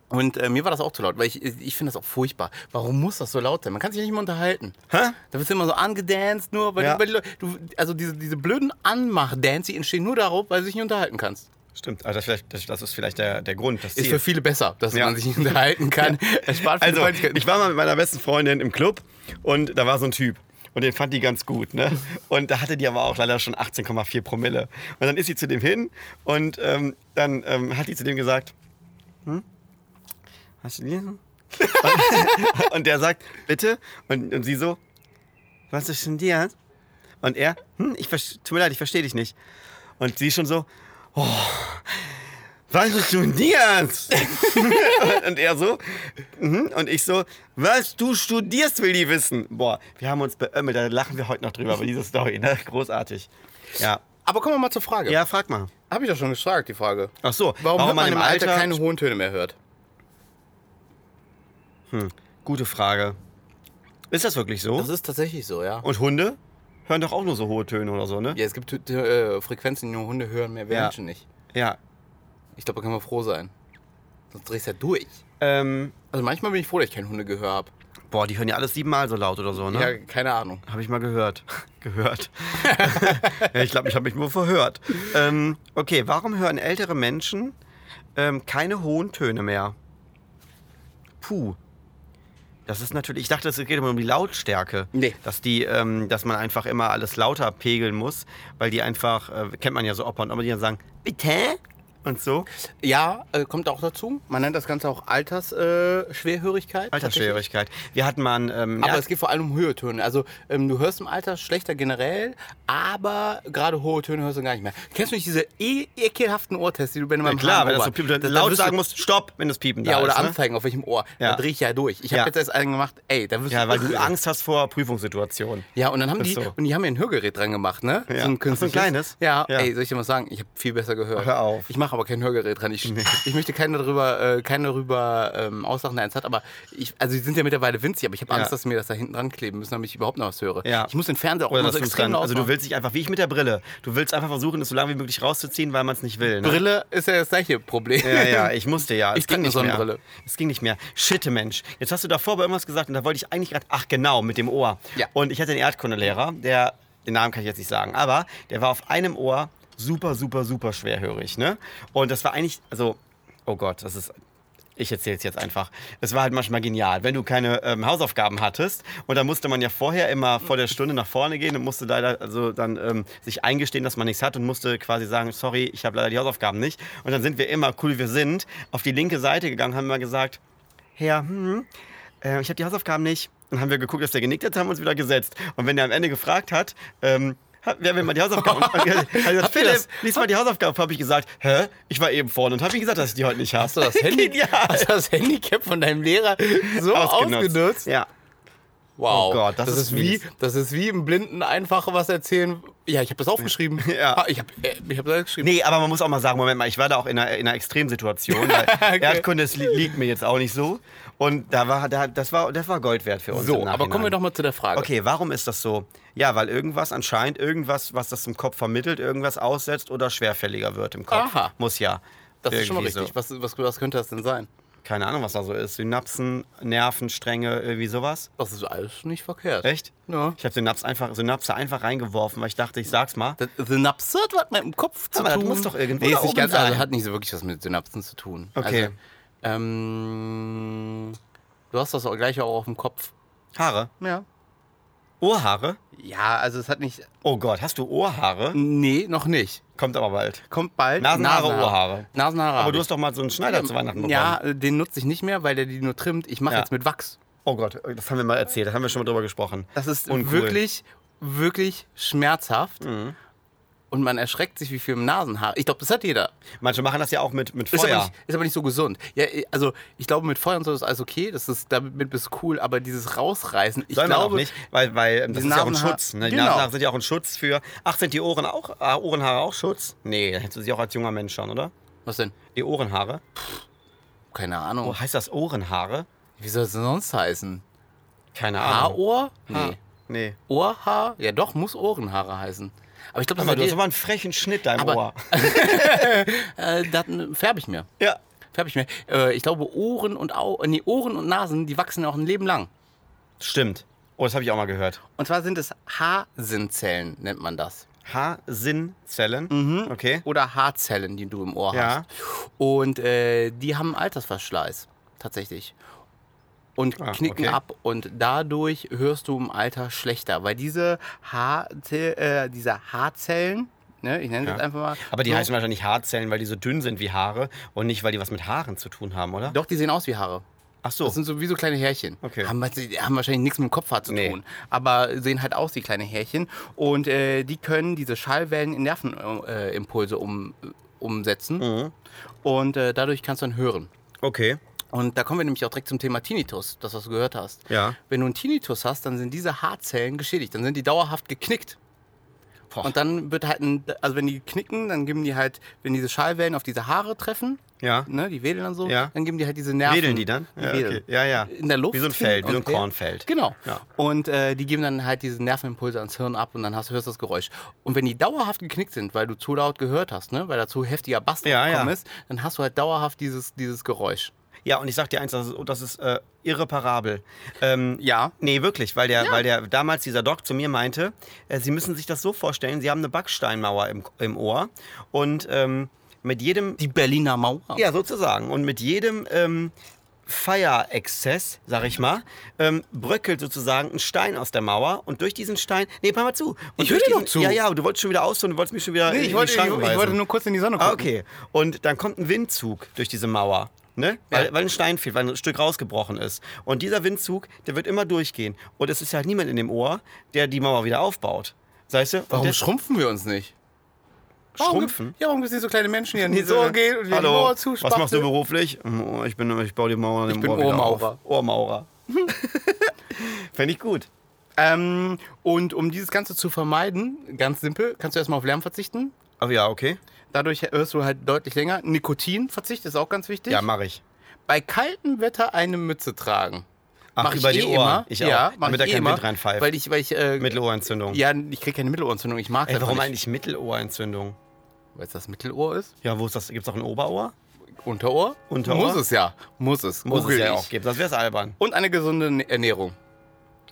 Speaker 2: Und äh, mir war das auch zu laut, weil ich, ich finde das auch furchtbar. Warum muss das so laut sein? Man kann sich nicht mehr unterhalten.
Speaker 1: Hä?
Speaker 2: Da wird immer so angedanced, nur weil,
Speaker 1: Ja.
Speaker 2: du- weil die Leute, du, also diese, diese blöden Anmach-Dance, die entstehen nur darauf, weil du dich nicht unterhalten kannst.
Speaker 1: Stimmt. Also das, vielleicht, das, das ist vielleicht der, der Grund. Das
Speaker 2: Ist
Speaker 1: Ziel.
Speaker 2: für viele besser, dass
Speaker 1: Ja.
Speaker 2: man sich nicht unterhalten kann. Es spart viele
Speaker 1: Also,
Speaker 2: Freundlichkeiten.
Speaker 1: ich war mal mit meiner besten Freundin im Club und da war so ein Typ. Und den fand die ganz gut, ne? Und da hatte die aber auch leider schon 18,4 Promille. Und dann ist sie zu dem hin und ähm, dann ähm, hat die zu dem gesagt, hm? Hast du die? Und, und der sagt, bitte? Und, und sie so, was ist denn dir? Und er, hm, ich verste- tut mir leid, ich verstehe dich nicht. Und sie schon so, "Oh, was ist studierst? und er so, mhm. und ich so, was du studierst, will die wissen. Boah, wir haben uns beömmelt, da lachen wir heute noch drüber, über diese Story, ne? Großartig. Ja.
Speaker 2: Aber kommen wir mal zur Frage.
Speaker 1: Ja, frag mal.
Speaker 2: Habe ich doch schon gefragt, die Frage.
Speaker 1: Ach so,
Speaker 2: Warum, hat man im Alter, keine hohen Töne mehr hört?
Speaker 1: Gute Frage. Ist das wirklich so?
Speaker 2: Das ist tatsächlich so, ja.
Speaker 1: und Hunde hören doch auch nur so hohe Töne oder so, ne?
Speaker 2: Ja, es gibt äh, Frequenzen, die nur Hunde hören, mehr wir
Speaker 1: Ja.
Speaker 2: Menschen nicht.
Speaker 1: Ja.
Speaker 2: Ich glaube, da kann man froh sein. Sonst drehst du ja durch.
Speaker 1: Ähm,
Speaker 2: Also manchmal bin ich froh, dass ich kein Hundegehör habe.
Speaker 1: boah, die hören ja alles siebenmal so laut oder so, ne?
Speaker 2: Ja, keine Ahnung.
Speaker 1: Habe ich mal gehört. gehört. ja, ich glaube, ich habe mich nur verhört. Ähm, okay, warum hören ältere Menschen ähm, keine hohen Töne mehr? Puh. Das ist natürlich, ich dachte, es geht immer um die Lautstärke.
Speaker 2: Nee.
Speaker 1: Dass, die, ähm, dass man einfach immer alles lauter pegeln muss, weil die einfach, äh, kennt man ja so Opern, aber die dann sagen, bitte? Und so.
Speaker 2: Ja, äh, kommt auch dazu. Man nennt das Ganze auch Altersschwerhörigkeit. Äh, Schwerhörigkeit, tatsächlich.
Speaker 1: Altersschwierigkeit. Wir hatten mal einen, ähm,
Speaker 2: Aber
Speaker 1: Ärz-
Speaker 2: es geht vor allem um höhere Töne. Also ähm, du hörst im Alter schlechter generell, aber gerade hohe Töne hörst du gar nicht mehr. Kennst du nicht diese e ekelhaften Ohrtests, die du bei einem
Speaker 1: ja, klar, wenn das so piept, dann laut sagen musst, stopp, wenn das piepen da
Speaker 2: Ja, oder
Speaker 1: ist, ne?
Speaker 2: anzeigen, auf welchem Ohr.
Speaker 1: Ja.
Speaker 2: Da drehe ich ja durch. Ich
Speaker 1: Ja.
Speaker 2: habe jetzt erst einen gemacht, ey, da wirst
Speaker 1: Ja, weil du
Speaker 2: irre.
Speaker 1: Angst hast vor Prüfungssituationen.
Speaker 2: Ja, und dann haben die,
Speaker 1: so.
Speaker 2: und die haben mir ein Hörgerät dran gemacht, ne?
Speaker 1: Ja. Ach, so ein
Speaker 2: künstliches.
Speaker 1: kleines?
Speaker 2: Ja,
Speaker 1: Ja.
Speaker 2: ey, soll ich dir mal sagen, ich habe viel besser gehört.
Speaker 1: Hör auf.
Speaker 2: Ich mache aber kein Hörgerät dran. Ich, ich möchte keinen darüber, äh, keinen darüber ähm, aussagen, der eins hat, aber ich, also die sind ja mittlerweile winzig, aber ich habe Angst,
Speaker 1: Ja.
Speaker 2: dass mir das da hinten dran kleben müssen, damit ich überhaupt noch was höre.
Speaker 1: Ja.
Speaker 2: Ich muss den Fernseher auch
Speaker 1: Oder
Speaker 2: immer
Speaker 1: dass
Speaker 2: so
Speaker 1: du es
Speaker 2: extrem
Speaker 1: dann,
Speaker 2: laut
Speaker 1: also du
Speaker 2: machen.
Speaker 1: willst dich einfach, wie ich mit der Brille, du willst einfach versuchen, es so lange wie möglich rauszuziehen, weil man es nicht will. Ne?
Speaker 2: Brille ist ja das gleiche Problem.
Speaker 1: Ja, ja, ich musste ja.
Speaker 2: Ich
Speaker 1: es ging
Speaker 2: trage eine
Speaker 1: nicht mehr.
Speaker 2: Sonnenbrille.
Speaker 1: Es ging nicht mehr. Shit, Mensch. Jetzt hast du davor bei irgendwas gesagt und da wollte ich eigentlich gerade, ach genau, mit dem Ohr.
Speaker 2: Ja.
Speaker 1: Und ich hatte einen Erdkundelehrer, der, den Namen kann ich jetzt nicht sagen, aber der war auf einem Ohr super, super, super schwerhörig. Ne? Und das war eigentlich, also, oh Gott, das ist ich erzähle es jetzt einfach. Es war halt manchmal genial, wenn du keine ähm, Hausaufgaben hattest und dann musste man ja vorher immer vor der Stunde nach vorne gehen und musste leider also dann ähm, sich eingestehen, dass man nichts hat und musste quasi sagen, sorry, ich habe leider die Hausaufgaben nicht. Und dann sind wir immer cool, wir sind auf die linke Seite gegangen, haben immer gesagt, Herr, hm, äh, ich habe die Hausaufgaben nicht. Dann haben wir geguckt, dass der genickt hat, haben uns wieder gesetzt. Und wenn der am Ende gefragt hat, ähm, hat- wer will mal die Hausaufgaben? Und er hat gesagt,
Speaker 2: Habt ihr
Speaker 1: Philipp,
Speaker 2: das?
Speaker 1: lies mal die Hausaufgaben. Habe ich gesagt, hä? Ich war eben vorne und habe ihm gesagt, dass ich die heute nicht habe.
Speaker 2: Hast du das, Handy,
Speaker 1: Genial.
Speaker 2: hast du das Handicap von deinem Lehrer so
Speaker 1: ausgenutzt.
Speaker 2: ausgenutzt?
Speaker 1: Ja.
Speaker 2: Wow.
Speaker 1: Oh Gott, das ist
Speaker 2: ist wie,
Speaker 1: mies.
Speaker 2: das ist wie im Blinden einfach was erzählen. Ja, ich habe das aufgeschrieben.
Speaker 1: Ja.
Speaker 2: Ah, ich habe äh, ich hab das geschrieben.
Speaker 1: Nee, aber man muss auch mal sagen, Moment mal, ich war da auch in einer, in einer Extremsituation. Weil Erdkunde das li liegt mir jetzt auch nicht so. Und da war, da, das, war, das war Gold wert für uns. im
Speaker 2: so, aber
Speaker 1: Nachhinein.
Speaker 2: kommen wir doch mal zu der Frage.
Speaker 1: Okay, warum ist das so? Ja, weil irgendwas anscheinend, irgendwas, was das im Kopf vermittelt, irgendwas aussetzt oder schwerfälliger wird im Kopf.
Speaker 2: Aha.
Speaker 1: Muss ja.
Speaker 2: Das ist schon mal
Speaker 1: Irgendwie
Speaker 2: richtig.
Speaker 1: So.
Speaker 2: Was, was, was könnte das denn sein?
Speaker 1: Keine Ahnung, was da so ist. Synapsen, Nervenstränge, irgendwie sowas.
Speaker 2: Das ist alles nicht verkehrt.
Speaker 1: Echt?
Speaker 2: Ja.
Speaker 1: Ich habe Synaps einfach, Synapse einfach reingeworfen, weil ich dachte, ich sag's mal.
Speaker 2: Das Synapse hat was mit dem Kopf zu
Speaker 1: Aber das
Speaker 2: tun.
Speaker 1: muss doch irgendwo
Speaker 2: nee,
Speaker 1: da
Speaker 2: ist nicht
Speaker 1: oben
Speaker 2: ganz, also
Speaker 1: sein.
Speaker 2: hat nicht so wirklich was mit Synapsen zu tun.
Speaker 1: Okay.
Speaker 2: Also, ähm, du hast das auch gleich auch auf dem Kopf.
Speaker 1: Haare.
Speaker 2: Ja.
Speaker 1: Ohrhaare?
Speaker 2: Ja, also es hat nicht.
Speaker 1: Oh Gott, hast du Ohrhaare?
Speaker 2: Nee, noch nicht.
Speaker 1: Kommt aber bald.
Speaker 2: Kommt bald.
Speaker 1: Nasenhaare, Ohrhaare.
Speaker 2: Nasenhaare.
Speaker 1: Aber
Speaker 2: hab
Speaker 1: du
Speaker 2: ich.
Speaker 1: hast doch mal so einen Schneider zu Weihnachten bekommen.
Speaker 2: Ja, äh, den nutze ich nicht mehr, weil der die nur trimmt. Ich mache
Speaker 1: Ja.
Speaker 2: jetzt mit Wachs.
Speaker 1: Oh Gott, das haben wir mal erzählt, da haben wir schon mal drüber gesprochen.
Speaker 2: Das ist
Speaker 1: Uncool. Mhm.
Speaker 2: wirklich, wirklich schmerzhaft. Und man erschreckt sich, wie viel im Nasenhaar. Ich glaube, das hat jeder.
Speaker 1: Manche machen das ja auch mit, mit
Speaker 2: Ist aber,
Speaker 1: Feuer.
Speaker 2: nicht, ist aber nicht so gesund. Ja, äh, also ich glaube, mit Feuer und so ist alles okay. Das ist, damit bist du cool. Aber dieses Rausreißen, ich
Speaker 1: Soll man
Speaker 2: glaube,
Speaker 1: auch nicht, weil, weil ähm, das
Speaker 2: die
Speaker 1: ist ja auch ein
Speaker 2: Nasenhaar-
Speaker 1: Schutz. Ne? Die
Speaker 2: Genau.
Speaker 1: Nasenhaare sind ja auch ein Schutz für. Ach, sind die Ohren auch, äh, Ohrenhaare auch Schutz? Nee, dann hättest du sie auch als junger Mensch schon, oder?
Speaker 2: was denn?
Speaker 1: Die Ohrenhaare.
Speaker 2: Keine Ahnung.
Speaker 1: Oh, heißt das Ohrenhaare?
Speaker 2: Wie soll es denn sonst heißen?
Speaker 1: Keine Ahnung.
Speaker 2: Haarohr? Nee.
Speaker 1: Ah. Nee.
Speaker 2: Ohrhaar? Ja doch, muss Ohrenhaare heißen. Aber ich glaube, das
Speaker 1: Aber
Speaker 2: hat
Speaker 1: du hast
Speaker 2: jeder-
Speaker 1: aber einen frechen Schnitt deinem
Speaker 2: Aber-
Speaker 1: Ohr.
Speaker 2: äh, das färbe ich mir.
Speaker 1: Ja.
Speaker 2: färbe ich mir. Äh, ich glaube, Ohren und Au äh, nee, Ohren und Nasen, die wachsen ja auch ein Leben lang.
Speaker 1: Stimmt. Oh, das habe ich auch mal gehört.
Speaker 2: Und zwar sind es Haarsinnzellen, nennt man das.
Speaker 1: Haarsinnzellen. Okay.
Speaker 2: Oder Haarzellen, die du im Ohr
Speaker 1: Ja.
Speaker 2: hast. Und äh, die haben Altersverschleiß, tatsächlich. Und
Speaker 1: Ah,
Speaker 2: knicken
Speaker 1: okay.
Speaker 2: ab und dadurch hörst du im Alter schlechter, weil diese, Haarze äh, diese Haarzellen, ne, ich nenne es
Speaker 1: Ja.
Speaker 2: jetzt einfach mal.
Speaker 1: Aber die
Speaker 2: so,
Speaker 1: heißen wahrscheinlich Haarzellen, weil die so dünn sind wie Haare und nicht, weil die was mit Haaren zu tun haben, oder?
Speaker 2: Doch, die sehen aus wie Haare.
Speaker 1: Ach so.
Speaker 2: Das sind so wie so kleine Härchen.
Speaker 1: Okay.
Speaker 2: Haben, was- die haben wahrscheinlich nichts mit dem Kopfhaar zu
Speaker 1: Nee.
Speaker 2: tun. Aber sehen halt aus wie kleine Härchen. Und äh, die können diese Schallwellen in Nervenimpulse äh, Impulse um, umsetzen.
Speaker 1: Mhm.
Speaker 2: Und äh, dadurch kannst du dann hören.
Speaker 1: Okay.
Speaker 2: Und da kommen wir nämlich auch direkt zum Thema Tinnitus, das, was du gehört hast.
Speaker 1: Ja.
Speaker 2: Wenn du einen Tinnitus hast, dann sind diese Haarzellen geschädigt. Dann sind die dauerhaft geknickt.
Speaker 1: Boah.
Speaker 2: Und dann wird halt, ein, also wenn die knicken, dann geben die halt, wenn diese Schallwellen auf diese Haare treffen,
Speaker 1: Ja.
Speaker 2: ne, die wedeln dann so,
Speaker 1: Ja.
Speaker 2: dann geben die halt diese Nerven.
Speaker 1: Wedeln die dann?
Speaker 2: Die
Speaker 1: Ja,
Speaker 2: wedeln.
Speaker 1: okay. ja, ja.
Speaker 2: In der Luft.
Speaker 1: Wie so ein Feld, wie so ein
Speaker 2: Okay.
Speaker 1: Kornfeld.
Speaker 2: Genau.
Speaker 1: Ja.
Speaker 2: Und äh, die geben dann halt diese Nervenimpulse ans Hirn ab und dann hast, hörst du das Geräusch. Und wenn die dauerhaft geknickt sind, weil du zu laut gehört hast, ne, weil da zu heftiger Bass
Speaker 1: Ja, ja.
Speaker 2: gekommen ist, dann hast du halt dauerhaft dieses, dieses Geräusch.
Speaker 1: Ja, und ich sag dir eins, das ist, das ist äh, irreparabel. Ähm,
Speaker 2: Ja.
Speaker 1: Nee, wirklich, weil der, weil der damals dieser Doc zu mir meinte, äh, Sie müssen sich das so vorstellen, Sie haben eine Backsteinmauer im, im Ohr und ähm, mit jedem
Speaker 2: Die Berliner Mauer.
Speaker 1: ja, sozusagen. Und mit jedem ähm, Feierexzess, sag ich mal, ähm, bröckelt sozusagen ein Stein aus der Mauer und durch diesen Stein. Nee, pass mal zu. Und
Speaker 2: Ich
Speaker 1: durch
Speaker 2: höre dir doch
Speaker 1: diesen,
Speaker 2: zu.
Speaker 1: Ja, ja, du wolltest schon wieder ausholen, du wolltest mich schon wieder.
Speaker 2: Nee,
Speaker 1: in-
Speaker 2: ich,
Speaker 1: in
Speaker 2: wollte,
Speaker 1: die
Speaker 2: ich,
Speaker 1: Schranken
Speaker 2: ich wollte
Speaker 1: weisen.
Speaker 2: nur kurz in die Sonne gucken.
Speaker 1: Ah, okay. Und dann kommt ein Windzug durch diese Mauer. Ne? Weil, weil ein Stein fehlt, weil ein Stück rausgebrochen ist. Und dieser Windzug, der wird immer durchgehen. Und es ist halt niemand in dem Ohr, der die Mauer wieder aufbaut. Weißt du? Und
Speaker 2: Warum
Speaker 1: der-
Speaker 2: schrumpfen wir uns nicht?
Speaker 1: Schrumpfen?
Speaker 2: Warum, ja, warum gibt es nicht so kleine Menschen, die an
Speaker 1: Nee,
Speaker 2: die Ohr gehen und die
Speaker 1: Hallo,
Speaker 2: Mauer
Speaker 1: Was machst du
Speaker 2: zuspachteln?
Speaker 1: beruflich? Hm, oh, Ich, bin, ich baue die Mauer
Speaker 2: Ich bin
Speaker 1: Ohr wieder
Speaker 2: Ohrmaurer.
Speaker 1: auf. Ohrmaurer. Fände ich gut.
Speaker 2: Ähm, und um dieses Ganze zu vermeiden, ganz simpel, kannst du erstmal auf Lärm verzichten.
Speaker 1: Aber ja, okay.
Speaker 2: Dadurch hörst du halt deutlich länger. Nikotinverzicht ist auch ganz wichtig.
Speaker 1: Ja, mache ich.
Speaker 2: Bei kaltem Wetter eine Mütze tragen.
Speaker 1: Ach,
Speaker 2: Mach ich
Speaker 1: über
Speaker 2: eh
Speaker 1: die Ohren.
Speaker 2: Immer.
Speaker 1: Ich
Speaker 2: Ja,
Speaker 1: auch.
Speaker 2: mach
Speaker 1: Damit
Speaker 2: ich
Speaker 1: da
Speaker 2: eh
Speaker 1: kein
Speaker 2: immer,
Speaker 1: Wind reinpfeift.
Speaker 2: Weil ich, weil ich, äh,
Speaker 1: Mittelohrentzündung.
Speaker 2: ja, ich kriege keine Mittelohrentzündung. Ich mag
Speaker 1: Ey,
Speaker 2: das
Speaker 1: warum
Speaker 2: nicht.
Speaker 1: eigentlich Mittelohrentzündung?
Speaker 2: Weil es das Mittelohr ist.
Speaker 1: Ja, wo ist das? Gibt es auch ein Oberohr?
Speaker 2: Unterohr?
Speaker 1: Unterohr?
Speaker 2: Muss es ja. Muss es.
Speaker 1: Muss es
Speaker 2: Google
Speaker 1: ja
Speaker 2: ich.
Speaker 1: auch geben. Das wäre albern.
Speaker 2: Und eine gesunde N- Ernährung.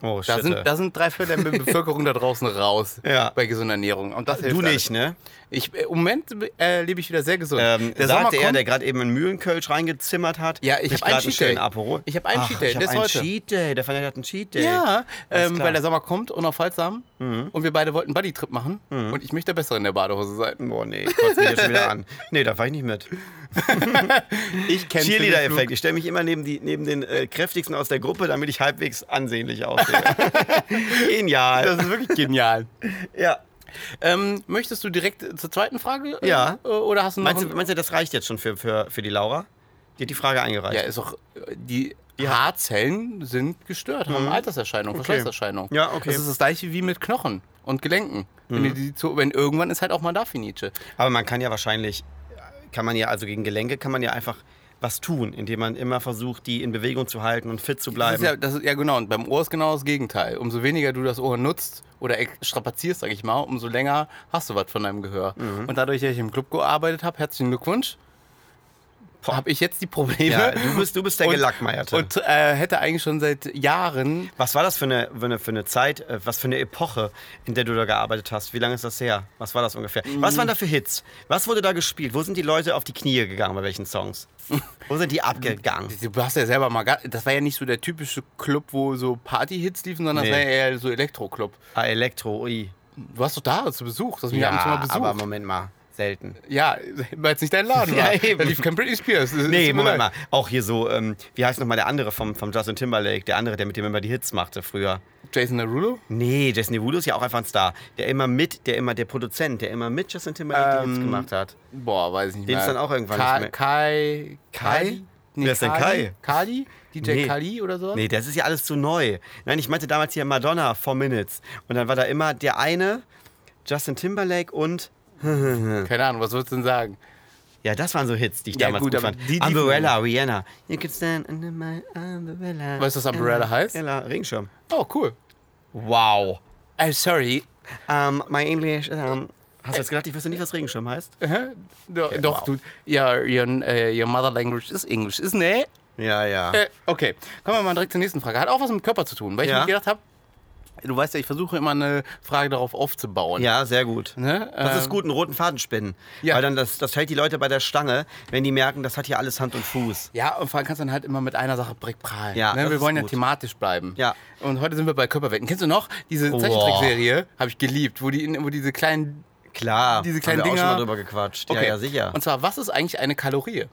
Speaker 1: Oh,
Speaker 2: Da
Speaker 1: shit.
Speaker 2: sind, da sind drei Viertel der Be- Bevölkerung da draußen raus
Speaker 1: Ja.
Speaker 2: bei gesunder Ernährung. Und das
Speaker 1: Du
Speaker 2: hilft alles.
Speaker 1: nicht, ne?
Speaker 2: Ich, äh, Im Moment äh, lebe ich wieder sehr gesund.
Speaker 1: Ähm,
Speaker 2: der Sommer
Speaker 1: sagte
Speaker 2: kommt.
Speaker 1: er, der gerade eben in Mühlenkölsch reingezimmert hat.
Speaker 2: Ja, ich
Speaker 1: sich
Speaker 2: hab einen
Speaker 1: grad
Speaker 2: Cheat Day.
Speaker 1: schönen Aperol.
Speaker 2: Ich hab einen
Speaker 1: Ach,
Speaker 2: Cheat Day,
Speaker 1: Ich hab
Speaker 2: der ist
Speaker 1: einen
Speaker 2: heute.
Speaker 1: Cheat Day. Der Fernand hat einen Cheat Day.
Speaker 2: ja,
Speaker 1: Alles
Speaker 2: ähm,
Speaker 1: klar. Mhm.
Speaker 2: weil der Sommer kommt, unaufhaltsam. Und wir beide wollten Buddy-Trip machen. Und ich möchte der Bessere in der Badehose sein.
Speaker 1: Boah, nee, ich kotze mich jetzt schon wieder an. Nee, da fahr ich nicht mit.
Speaker 2: Ich kenne
Speaker 1: Cheerleader-Effekt. Ich stelle mich immer neben, die, neben den äh, kräftigsten aus der Gruppe, damit ich halbwegs ansehnlich aussehe. Genial.
Speaker 2: Das ist wirklich genial.
Speaker 1: ja.
Speaker 2: ähm, möchtest du direkt zur zweiten Frage? äh,
Speaker 1: Ja.
Speaker 2: äh, Oder hast du noch
Speaker 1: meinst, du,
Speaker 2: ein-
Speaker 1: meinst du, das reicht jetzt schon für, für, für die Laura? Die hat die Frage eingereicht.
Speaker 2: Ja, ist auch. äh, Die Haarzellen sind gestört, haben Alterserscheinungen, Verschleißerscheinungen.
Speaker 1: Mhm. Ja, okay. Mhm.
Speaker 2: Das ist das gleiche wie mit Knochen und Gelenken. Wenn, die, die zu, wenn irgendwann ist halt auch mal da Finice.
Speaker 1: Aber man kann ja wahrscheinlich, kann man ja, also gegen Gelenke kann man ja einfach was tun, indem man immer versucht, die in Bewegung zu halten und fit zu
Speaker 2: Das ist
Speaker 1: bleiben.
Speaker 2: ja, das ist, ja, genau. Und beim Ohr ist genau das Gegenteil. Umso weniger du das Ohr nutzt oder ex- strapazierst, sag ich mal, umso länger hast du was von deinem Gehör.
Speaker 1: Mhm.
Speaker 2: Und dadurch, dass ich im Club gearbeitet habe, herzlichen Glückwunsch, habe ich jetzt die Probleme.
Speaker 1: Ja, du bist, du bist der
Speaker 2: Und-
Speaker 1: Gelackmeierte.
Speaker 2: Und äh, hätte eigentlich schon seit Jahren,
Speaker 1: was war das für eine, für, eine, für eine Zeit, äh, was für eine Epoche, in der du da gearbeitet hast? Wie lange ist das her? Was war das ungefähr?
Speaker 2: Mm.
Speaker 1: Was waren da für Hits? Was wurde da gespielt? Wo sind die Leute auf die Knie gegangen? Bei welchen Songs? Wo sind die abgegangen?
Speaker 2: du hast ja selber mal, gar- das war ja nicht so der typische Club, wo so Party-Hits liefen, sondern
Speaker 1: Nee.
Speaker 2: das war ja eher so Elektro-Club.
Speaker 1: Ah, Elektro, ui.
Speaker 2: Du warst doch da zu Besuch, das hast mich ab und zu mal besucht.
Speaker 1: aber Moment mal, selten.
Speaker 2: ja, weil es nicht dein Laden
Speaker 1: Ja,
Speaker 2: war.
Speaker 1: eben.
Speaker 2: Da lief kein Britney Spears. Es- es
Speaker 1: Nee,
Speaker 2: tut mir
Speaker 1: Moment
Speaker 2: leid.
Speaker 1: mal. Auch hier so, ähm, wie heißt nochmal der andere vom, vom Justin Timberlake? Der andere, der mit dem immer die Hits machte früher.
Speaker 2: Jason Derulo?
Speaker 1: Nee, Jason Derulo ist ja auch einfach ein Star. Der immer mit, der immer der Produzent, der immer mit Justin Timberlake die Hits
Speaker 2: Ähm,
Speaker 1: gemacht hat.
Speaker 2: Boah, weiß ich nicht
Speaker 1: Den
Speaker 2: mehr.
Speaker 1: ist dann auch irgendwann
Speaker 2: Ka
Speaker 1: nicht mehr-
Speaker 2: Kai. Kai?
Speaker 1: Kai? Wer ist denn
Speaker 2: Kali? Kali? DJ
Speaker 1: Nee.
Speaker 2: Kali oder so?
Speaker 1: Nee, das ist ja alles zu neu. Nein, ich meinte damals hier Madonna, Four Minutes. Und dann war da immer der eine, Justin Timberlake und...
Speaker 2: Keine Ahnung, was würdest du denn sagen?
Speaker 1: Ja, das waren so Hits, die ich
Speaker 2: Ja,
Speaker 1: damals
Speaker 2: gut,
Speaker 1: gut,
Speaker 2: aber
Speaker 1: fand.
Speaker 2: die- die-
Speaker 1: Umbrella, Rihanna. You can stand under my umbrella.
Speaker 2: Weißt du, was Umbrella heißt?
Speaker 1: Umbrella, Regenschirm.
Speaker 2: Oh, cool.
Speaker 1: Wow.
Speaker 2: I'm sorry.
Speaker 1: Um, my Ähm, English, um, Hast du jetzt gedacht, ich wüsste nicht, was Regenschirm heißt?
Speaker 2: Hä? Doch, doch du, ja, your, äh, your mother language is English, isn't it?
Speaker 1: Ja, ja.
Speaker 2: Äh, okay, kommen wir mal direkt zur nächsten Frage. Hat auch was mit Körper zu tun, weil ich
Speaker 1: Ja.
Speaker 2: mir gedacht habe, du weißt ja, ich versuche immer eine Frage darauf aufzubauen.
Speaker 1: Ja, sehr gut.
Speaker 2: Ne?
Speaker 1: Das
Speaker 2: Ähm,
Speaker 1: ist gut, einen roten Faden spinnen.
Speaker 2: Ja.
Speaker 1: Weil dann das, das hält die Leute bei der Stange, wenn die merken, das hat hier alles Hand und Fuß.
Speaker 2: Ja, und vor allem kannst du dann halt immer mit einer Sache direkt prahlen.
Speaker 1: Ja,
Speaker 2: ne?
Speaker 1: das
Speaker 2: Wir
Speaker 1: ist
Speaker 2: wollen ja
Speaker 1: gut.
Speaker 2: thematisch bleiben.
Speaker 1: Ja.
Speaker 2: Und heute sind wir bei Körperwetten. Kennst du noch diese
Speaker 1: Wow.
Speaker 2: Zeichentrickserie? Habe ich geliebt, wo, die, in- wo diese kleinen.
Speaker 1: Klar.
Speaker 2: Diese kleinen
Speaker 1: haben wir auch
Speaker 2: Dinger.
Speaker 1: schon mal drüber gequatscht. Ja, ja, sicher.
Speaker 2: Und zwar, was ist eigentlich eine Kalorie?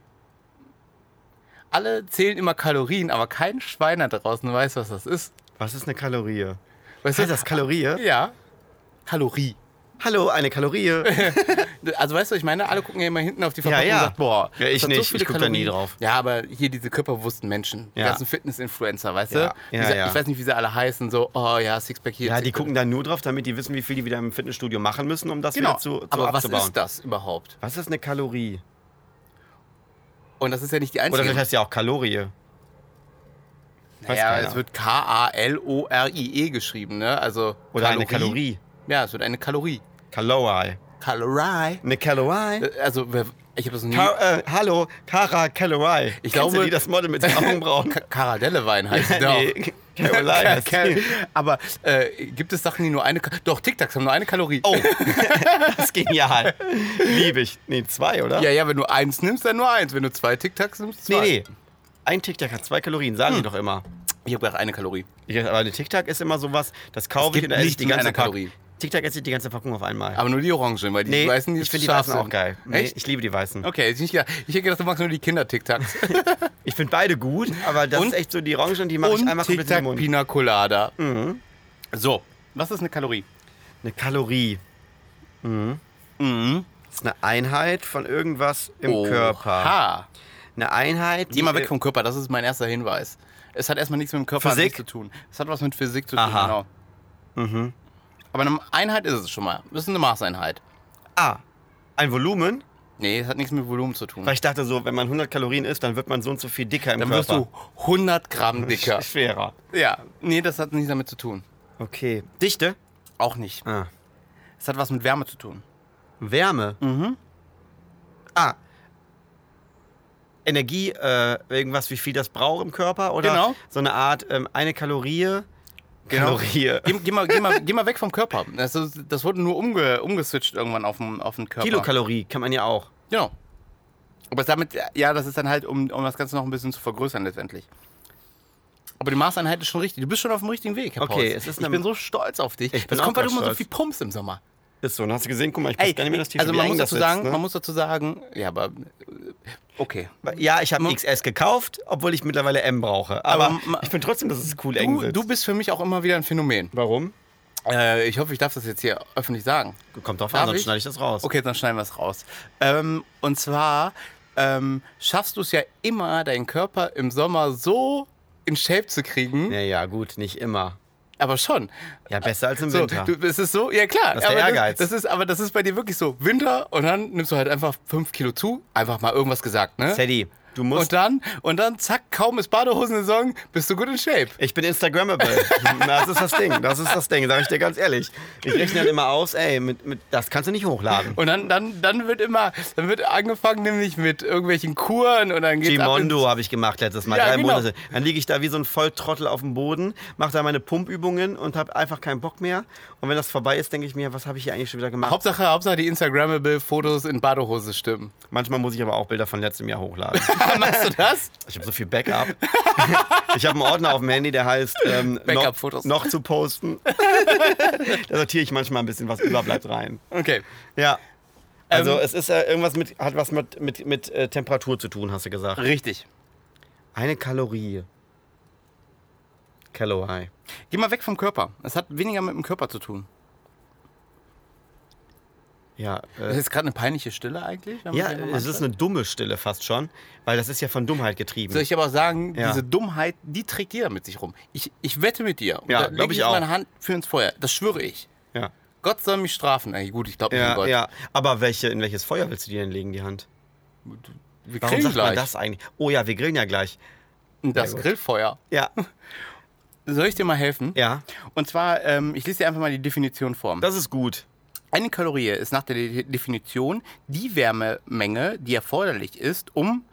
Speaker 2: Alle zählen immer Kalorien, aber kein Schwein da draußen weiß, was das ist.
Speaker 1: was ist eine Kalorie?
Speaker 2: Weißt
Speaker 1: Heißt das Kalorie?
Speaker 2: Ja. Kalorie.
Speaker 1: Hallo, eine Kalorie.
Speaker 2: Also weißt du, ich meine, alle gucken ja immer hinten auf die Verpackung
Speaker 1: Ja, ja.
Speaker 2: und sagen, boah,
Speaker 1: Ja,
Speaker 2: das
Speaker 1: ich
Speaker 2: hat
Speaker 1: nicht.
Speaker 2: viele
Speaker 1: Ich guck da nie
Speaker 2: Kalorien.
Speaker 1: drauf.
Speaker 2: Ja, aber hier diese körperbewussten Menschen, die
Speaker 1: Ja.
Speaker 2: ganzen Fitness-Influencer, weißt
Speaker 1: Ja.
Speaker 2: du?
Speaker 1: Ja,
Speaker 2: diese,
Speaker 1: ja.
Speaker 2: Ich weiß nicht, wie sie alle heißen, so, oh ja, Sixpack hier.
Speaker 1: Ja, die
Speaker 2: Sixpack-
Speaker 1: gucken da nur drauf, damit die wissen, wie viel die wieder im Fitnessstudio machen müssen, um das
Speaker 2: genau.
Speaker 1: wieder zu, zu
Speaker 2: aber was
Speaker 1: abzubauen.
Speaker 2: ist das überhaupt?
Speaker 1: Was ist eine Kalorie?
Speaker 2: Und das ist ja nicht die
Speaker 1: Oder
Speaker 2: einzige.
Speaker 1: vielleicht heißt ja auch Kalorie. Weiß
Speaker 2: ja,
Speaker 1: keiner.
Speaker 2: es wird K-A-L-O-R-I-E geschrieben, ne? Also
Speaker 1: Oder eine Kalorie.
Speaker 2: Ja, es wird eine Kalorie.
Speaker 1: Kalorie.
Speaker 2: Kalorie.
Speaker 1: Eine Kalorie.
Speaker 2: Äh, Also, wer- ich habe das noch nie.
Speaker 1: Ka äh, hallo, Cara Kalorie.
Speaker 2: Ich
Speaker 1: Kennst du
Speaker 2: glaube- Genau.
Speaker 1: die das Model mit den Augenbrauen.
Speaker 2: Ka- Karadelle-Wein heißt es doch.
Speaker 1: nee, Caroline. heißt
Speaker 2: Ke-
Speaker 1: die.
Speaker 2: Ke- Aber äh, gibt es Sachen, die nur eine. Ka- Doch, Tic Tacs haben nur eine Kalorie.
Speaker 1: Oh, das ist genial. Liebe ich. Nee, zwei, oder?
Speaker 2: Ja, ja, wenn du eins nimmst, dann nur eins. Wenn du zwei Tic Tacs nimmst, zwei. Hm.
Speaker 1: nee, nee. Ein Tic-Tac hat zwei Kalorien, sagen die doch immer.
Speaker 2: Ich habe gedacht, eine Kalorie.
Speaker 1: Ich, aber eine Tic-Tac ist immer sowas, das kaufe ich
Speaker 2: gibt
Speaker 1: und dann esse ich
Speaker 2: nichts
Speaker 1: die
Speaker 2: mit
Speaker 1: ganze
Speaker 2: einer Kalorie.
Speaker 1: Packung. Tic-Tac esse ich die ganze Packung auf einmal.
Speaker 2: Aber nur die Orangen, weil die
Speaker 1: nee,
Speaker 2: weißen, die
Speaker 1: ich finde die
Speaker 2: scharf
Speaker 1: Weißen auch
Speaker 2: sind.
Speaker 1: geil. Nee,
Speaker 2: Echt?
Speaker 1: Ich liebe die Weißen.
Speaker 2: Okay, ich, nicht gedacht, ich hätte gedacht, du magst nur die Kinder-Tic-Tacs.
Speaker 1: Ich finde beide gut, aber das
Speaker 2: Und-
Speaker 1: ist echt so die Orange und die mache ich
Speaker 2: Und
Speaker 1: einmal komplett in den Mund. Mhm.
Speaker 2: Tic-Tac-Pina Colada. So, was ist eine Kalorie?
Speaker 1: Eine Kalorie. Mhm.
Speaker 2: Mhm.
Speaker 1: Das ist eine Einheit von irgendwas im Körper. äh,
Speaker 2: Ha.
Speaker 1: Eine Einheit.
Speaker 2: Geh mal weg vom Körper, das ist mein erster Hinweis. Es hat erstmal nichts mit dem Körper an sich
Speaker 1: Physik?
Speaker 2: zu tun. Es hat was mit Physik zu tun,
Speaker 1: Aha. Mhm.
Speaker 2: genau. Aber eine Einheit ist es schon mal. Das ist eine Maßeinheit.
Speaker 1: Ah, ein Volumen.
Speaker 2: Nee, es hat nichts mit Volumen zu tun.
Speaker 1: Weil ich dachte so, wenn man 100 Kalorien isst, dann wird man so und so viel dicker im
Speaker 2: Dann wirst
Speaker 1: Körper.
Speaker 2: du 100 Gramm dicker.
Speaker 1: schwerer.
Speaker 2: ja. Nee, das hat nichts damit zu tun.
Speaker 1: Okay. Dichte?
Speaker 2: Auch nicht.
Speaker 1: Ah.
Speaker 2: Es hat was mit Wärme zu tun.
Speaker 1: Wärme? Mhm. Ah. Energie, äh, irgendwas, wie viel das braucht im Körper? Oder
Speaker 2: Genau.
Speaker 1: so eine Art, ähm, eine Kalorie. Genau. Kalorie.
Speaker 2: Geh, geh, mal, geh, mal, geh mal weg vom Körper. Das, ist, das wurde nur umge, umgeswitcht irgendwann auf den, auf den Körper.
Speaker 1: Kilokalorie kann man ja auch.
Speaker 2: Genau. Aber es damit, ja, das ist dann halt, um, um das Ganze noch ein bisschen zu vergrößern letztendlich. Aber die Maßeinheit ist schon richtig. Du bist schon auf dem richtigen Weg, Herr
Speaker 1: Okay,
Speaker 2: Pauls.
Speaker 1: es ist
Speaker 2: ich
Speaker 1: eine-
Speaker 2: bin so stolz auf dich.
Speaker 1: Ich bin
Speaker 2: Das
Speaker 1: auch
Speaker 2: kommt, weil du
Speaker 1: ganz
Speaker 2: immer so
Speaker 1: stolz.
Speaker 2: viel pumpst im Sommer.
Speaker 1: Ist so, und hast du gesehen, guck mal, ich
Speaker 2: Ey,
Speaker 1: weiß gar nicht mehr das T-Shirt.
Speaker 2: also
Speaker 1: wie
Speaker 2: man
Speaker 1: eng
Speaker 2: muss,
Speaker 1: das
Speaker 2: dazu
Speaker 1: sitzt,
Speaker 2: sagen,
Speaker 1: ne?
Speaker 2: man muss dazu sagen, ja, aber äh, okay.
Speaker 1: Ja, ich habe XS gekauft, obwohl ich mittlerweile M brauche. Aber,
Speaker 2: Aber ma-
Speaker 1: ich bin trotzdem, dass es cool eng
Speaker 2: Uh, Du,
Speaker 1: sitzt.
Speaker 2: du bist für mich auch immer wieder ein Phänomen.
Speaker 1: Warum?
Speaker 2: Äh, ich hoffe, ich darf das jetzt hier öffentlich sagen.
Speaker 1: Kommt drauf
Speaker 2: Darf
Speaker 1: an, sonst
Speaker 2: ich?
Speaker 1: schneide ich das raus.
Speaker 2: Okay, dann schneiden wir es raus. Ähm, und zwar ähm, schaffst du es ja immer, deinen Körper im Sommer so in Shape zu kriegen,
Speaker 1: Naja, gut, nicht immer.
Speaker 2: aber schon.
Speaker 1: Ja, besser als im
Speaker 2: So,
Speaker 1: Winter.
Speaker 2: du, es ist so, ja klar.
Speaker 1: Das ist der
Speaker 2: aber
Speaker 1: Ehrgeiz.
Speaker 2: Das, das ist, aber das ist bei dir wirklich so. Winter und dann nimmst du halt einfach 5 Kilo zu. Einfach mal irgendwas gesagt, ne?
Speaker 1: Teddy, du musst.
Speaker 2: Und dann, und dann, zack, kaum ist Badehosen-Saison, bist du gut in Shape.
Speaker 1: Ich bin Instagrammable. Das ist das Ding. Das ist das Ding, sag ich dir ganz ehrlich. Ich rechne dann immer aus, ey, mit, mit, das kannst du nicht hochladen.
Speaker 2: Und dann, dann, dann wird immer, dann wird angefangen nämlich mit irgendwelchen Kuren und dann geht's ab ins-
Speaker 1: Gimondo habe ich gemacht letztes Mal,
Speaker 2: Ja,
Speaker 1: drei
Speaker 2: genau.
Speaker 1: Monate. Dann liege ich da wie so ein Volltrottel auf dem Boden, mache da meine Pumpübungen und habe einfach keinen Bock mehr. Und wenn das vorbei ist, denke ich mir, was habe ich hier eigentlich schon wieder gemacht?
Speaker 2: Hauptsache, Hauptsache die Instagrammable Fotos in Badehose stimmen.
Speaker 1: Manchmal muss ich aber auch Bilder von letztem Jahr hochladen.
Speaker 2: Machst du das?
Speaker 1: Ich habe so viel Backup. Ich habe einen Ordner auf dem Handy, der heißt ähm,
Speaker 2: Backup-Fotos.
Speaker 1: noch, noch zu posten. Da sortiere ich manchmal ein bisschen was überbleibt rein.
Speaker 2: Okay.
Speaker 1: Ja. Also
Speaker 2: Ähm.
Speaker 1: es ist äh, irgendwas mit, hat was mit, mit, mit äh, Temperatur zu tun, hast du gesagt.
Speaker 2: Richtig.
Speaker 1: Eine Kalorie. Calorie.
Speaker 2: Geh mal weg vom Körper. Es hat weniger mit dem Körper zu tun.
Speaker 1: Ja,
Speaker 2: Das
Speaker 1: äh,
Speaker 2: ist gerade eine peinliche Stille eigentlich. wenn man
Speaker 1: ja
Speaker 2: sich mal
Speaker 1: es ist eine dumme Stille fast schon, weil das ist ja von Dummheit getrieben.
Speaker 2: Soll ich aber sagen,
Speaker 1: Ja.
Speaker 2: diese Dummheit, die trägt jeder mit sich rum. Ich, ich wette mit dir. Und
Speaker 1: Ja,
Speaker 2: da
Speaker 1: glaub
Speaker 2: leg
Speaker 1: ich
Speaker 2: ich
Speaker 1: auch.
Speaker 2: meine Hand für ins Feuer. Das schwöre ich.
Speaker 1: ja.
Speaker 2: Gott soll mich strafen. Ey, gut, ich glaube nicht an
Speaker 1: Ja,
Speaker 2: Oh Gott.
Speaker 1: ja, aber welche, in welches Feuer willst du dir denn legen, die Hand?
Speaker 2: Wir
Speaker 1: Warum
Speaker 2: grillen
Speaker 1: sagt
Speaker 2: gleich.
Speaker 1: man das eigentlich? Oh ja, wir grillen ja gleich.
Speaker 2: Das
Speaker 1: gut.
Speaker 2: Grillfeuer.
Speaker 1: Ja,
Speaker 2: Soll ich dir mal helfen?
Speaker 1: ja,
Speaker 2: Und zwar, ähm, ich lese dir einfach mal die Definition vor.
Speaker 1: das ist gut.
Speaker 2: Eine Kalorie ist nach der De- Definition die Wärmemenge, die erforderlich ist, um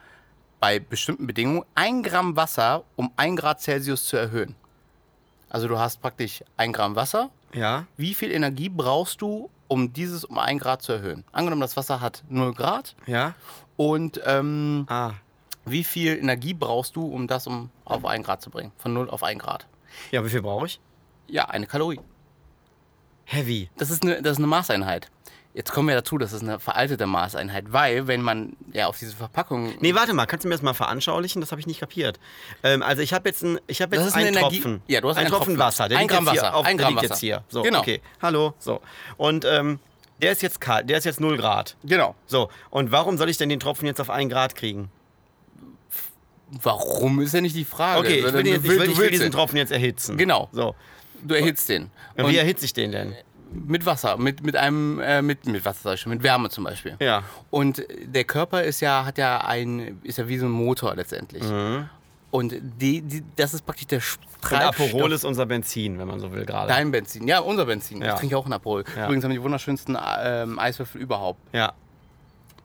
Speaker 2: bei bestimmten Bedingungen ein Gramm Wasser um ein Grad Celsius zu erhöhen. Also du hast praktisch ein Gramm Wasser.
Speaker 1: Ja.
Speaker 2: Wie viel Energie brauchst du, um dieses um ein Grad zu erhöhen? Angenommen, das Wasser hat 0 Grad.
Speaker 1: Ja.
Speaker 2: Und ähm,
Speaker 1: Ah.
Speaker 2: wie viel Energie brauchst du, um das um auf 1 Grad zu bringen? Von 0 auf 1 Grad.
Speaker 1: Ja, wie viel brauche ich?
Speaker 2: Ja, eine Kalorie.
Speaker 1: Heavy.
Speaker 2: Das ist eine, das ist eine Maßeinheit. Jetzt kommen wir dazu, das ist eine veraltete Maßeinheit, weil wenn man ja auf diese Verpackung.
Speaker 1: Nee, warte mal, kannst du mir das mal veranschaulichen? Das habe ich nicht kapiert. Ähm, also ich habe jetzt, ein, ich hab jetzt einen Tropfen.
Speaker 2: Ja, du hast
Speaker 1: einen
Speaker 2: einen
Speaker 1: Tropfen
Speaker 2: Tropfen.
Speaker 1: Wasser. Der
Speaker 2: Ein
Speaker 1: liegt
Speaker 2: Gramm
Speaker 1: jetzt hier
Speaker 2: Wasser,
Speaker 1: Auf,
Speaker 2: ein
Speaker 1: der
Speaker 2: Gramm
Speaker 1: liegt jetzt
Speaker 2: Wasser.
Speaker 1: hier. So,
Speaker 2: Genau.
Speaker 1: okay. Hallo. So. Und ähm, der ist jetzt kalt, der ist jetzt 0 Grad.
Speaker 2: Genau.
Speaker 1: So, und warum soll ich denn den Tropfen jetzt auf 1 Grad kriegen?
Speaker 2: Warum ist ja nicht die Frage?
Speaker 1: Okay, ich will,
Speaker 2: Du
Speaker 1: jetzt, ich will,
Speaker 2: will- du
Speaker 1: ich will
Speaker 2: willst
Speaker 1: diesen
Speaker 2: den.
Speaker 1: Tropfen jetzt erhitzen.
Speaker 2: Genau.
Speaker 1: So.
Speaker 2: Du erhitzt den.
Speaker 1: Und wie erhitze ich den denn?
Speaker 2: mit Wasser, mit, mit einem, äh, mit, mit Wasser sag ich schon, mit Wärme zum Beispiel.
Speaker 1: Ja.
Speaker 2: Und der Körper ist ja, hat ja ein, ist ja wie so ein Motor letztendlich.
Speaker 1: Mhm.
Speaker 2: Und die, die, das ist praktisch der Sch-
Speaker 1: Und
Speaker 2: Treibstoff.
Speaker 1: Aperol ist unser Benzin, wenn man so will gerade.
Speaker 2: Dein Benzin, ja, unser Benzin.
Speaker 1: Ja.
Speaker 2: Ich trinke auch einen Aperol.
Speaker 1: Ja.
Speaker 2: Übrigens haben die wunderschönsten ähm, Eiswürfel überhaupt.
Speaker 1: Ja.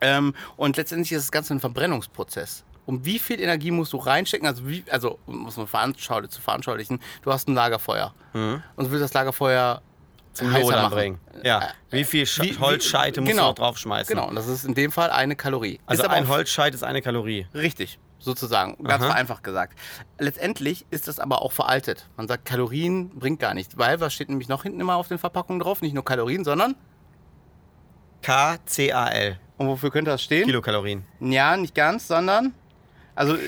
Speaker 2: Ähm, und letztendlich ist das Ganze ein Verbrennungsprozess. Um wie viel Energie musst du reinstecken? Also, wie, also muss man veranschaulich, zu veranschaulichen, du hast ein Lagerfeuer. Und du willst das Lagerfeuer
Speaker 1: Mhm. Zum
Speaker 2: heißer
Speaker 1: Lodern
Speaker 2: machen.
Speaker 1: bringen. Ja. Wie viel Sch
Speaker 2: Wie- wie-
Speaker 1: Holzscheite muss
Speaker 2: genau.
Speaker 1: man draufschmeißen?
Speaker 2: Genau, und das ist in dem Fall eine Kalorie.
Speaker 1: Also
Speaker 2: ist aber
Speaker 1: ein
Speaker 2: auch-
Speaker 1: Holzscheit ist eine Kalorie.
Speaker 2: Richtig, sozusagen, ganz
Speaker 1: Aha.
Speaker 2: vereinfacht gesagt. Letztendlich ist das aber auch veraltet. Man sagt, Kalorien bringt gar nichts, weil was steht nämlich noch hinten immer auf den Verpackungen drauf? Nicht nur Kalorien, sondern,
Speaker 1: KCAL.
Speaker 2: und wofür könnte das stehen?
Speaker 1: Kilokalorien.
Speaker 2: Ja, nicht ganz, sondern. Also. äh,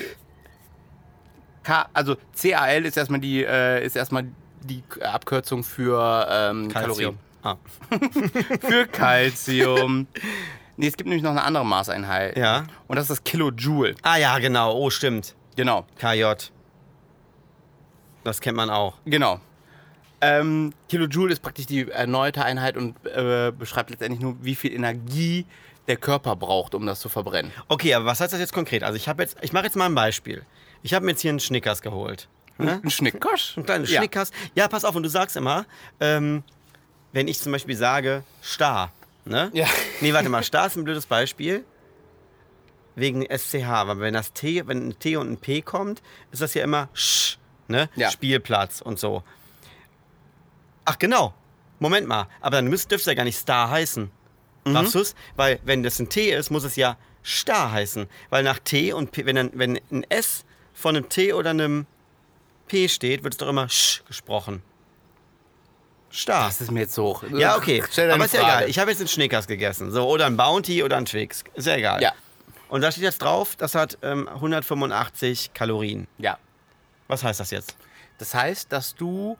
Speaker 2: K, also CAL ist erstmal die, äh, ist erstmal die K- Abkürzung für ähm,
Speaker 1: Calcium.
Speaker 2: Kalorien.
Speaker 1: Ah.
Speaker 2: Für Calcium. nee, es gibt nämlich noch eine andere Maßeinheit.
Speaker 1: Ja.
Speaker 2: Und das ist das Kilojoule.
Speaker 1: ah ja, genau. Oh, stimmt.
Speaker 2: Genau.
Speaker 1: KJ. Das kennt man auch.
Speaker 2: Genau. Ähm, Kilojoule ist praktisch die erneute Einheit und äh, beschreibt letztendlich nur, wie viel Energie der Körper braucht, um das zu verbrennen.
Speaker 1: Okay, aber was heißt das jetzt konkret? Also ich habe jetzt, ich mache jetzt mal ein Beispiel. Ich habe mir jetzt hier einen Schnickers geholt. Ne?
Speaker 2: Ein Schnickkosch.
Speaker 1: Einen kleinen Schnickers. Ja, pass auf, und du sagst immer, ähm, wenn ich zum Beispiel sage, Star, ne?
Speaker 2: Ja.
Speaker 1: Nee, warte mal, Star ist ein blödes Beispiel. Wegen SCH, weil wenn das T, wenn ein T und ein P kommt, ist das ja immer Sch, ne?
Speaker 2: Ja.
Speaker 1: Spielplatz und so. Ach genau. Moment mal, aber dann müsst, dürfte ja gar nicht Star heißen.
Speaker 2: Mhm.
Speaker 1: Darfst du's? Weil wenn das ein T ist, muss es ja Star heißen. Weil nach T und P, wenn, dann, wenn ein S von einem T oder einem P steht, wird es doch immer Sch gesprochen. Star.
Speaker 2: Das ist mir jetzt hoch.
Speaker 1: Ja, okay.
Speaker 2: Stell deine
Speaker 1: Aber ist ja
Speaker 2: Frage.
Speaker 1: egal. Ich habe jetzt einen Schnickers gegessen. So, oder ein Bounty oder ein Twix. Ist ja egal.
Speaker 2: Ja.
Speaker 1: Und da steht jetzt drauf, das hat ähm, 185 Kalorien.
Speaker 2: Ja.
Speaker 1: Was heißt das jetzt?
Speaker 2: Das heißt, dass du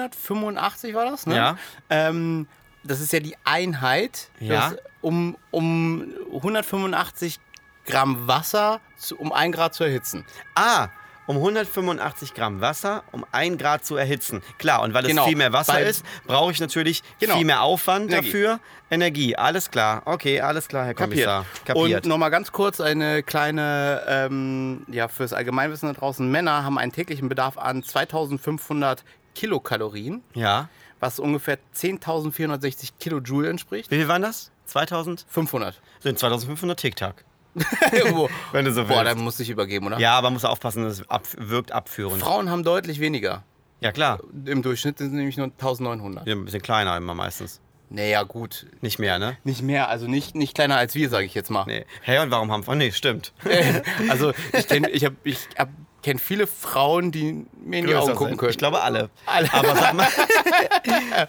Speaker 2: 185 war das, ne?
Speaker 1: Ja.
Speaker 2: Ähm, das ist ja die Einheit,
Speaker 1: Ja.
Speaker 2: dass um, um 185 Gramm Wasser zu, um 1 Grad zu erhitzen.
Speaker 1: Ah, um 185 Gramm Wasser, um 1 Grad zu erhitzen. Klar, und weil es
Speaker 2: Genau.
Speaker 1: viel mehr Wasser
Speaker 2: Bei-
Speaker 1: ist, brauche ich natürlich
Speaker 2: Genau.
Speaker 1: viel mehr Aufwand
Speaker 2: Energie.
Speaker 1: dafür. Energie, alles klar. Okay, alles klar, Herr Kommissar. Kapiert.
Speaker 2: Und nochmal ganz kurz eine kleine, ähm, ja, fürs Allgemeinwissen da draußen. Männer haben einen täglichen Bedarf an 2500 Kilokalorien,
Speaker 1: ja.
Speaker 2: was ungefähr 10.460 Kilojoule entspricht.
Speaker 1: Wie viel waren das? 2000?
Speaker 2: 500.
Speaker 1: Sind 2500 TikTok.
Speaker 2: Irgendwo.
Speaker 1: Wenn du so
Speaker 2: Boah,
Speaker 1: willst.
Speaker 2: dann muss ich übergeben, oder?
Speaker 1: Ja, aber muss aufpassen, das ab, wirkt abführend.
Speaker 2: Frauen haben deutlich weniger.
Speaker 1: Ja, klar.
Speaker 2: Im Durchschnitt sind es nämlich nur 1900.
Speaker 1: Ja, ein bisschen kleiner immer meistens.
Speaker 2: Naja, gut.
Speaker 1: Nicht mehr, ne?
Speaker 2: Nicht mehr, also nicht, nicht kleiner als wir, sage ich jetzt mal.
Speaker 1: Nee. Hey, und warum haben wir. Oh, Nee, stimmt.
Speaker 2: Also ich kenne ich hab, ich hab, kenn viele Frauen, die mir in die Augen gucken können.
Speaker 1: Ich glaube, alle.
Speaker 2: Alle.
Speaker 1: Aber sag mal,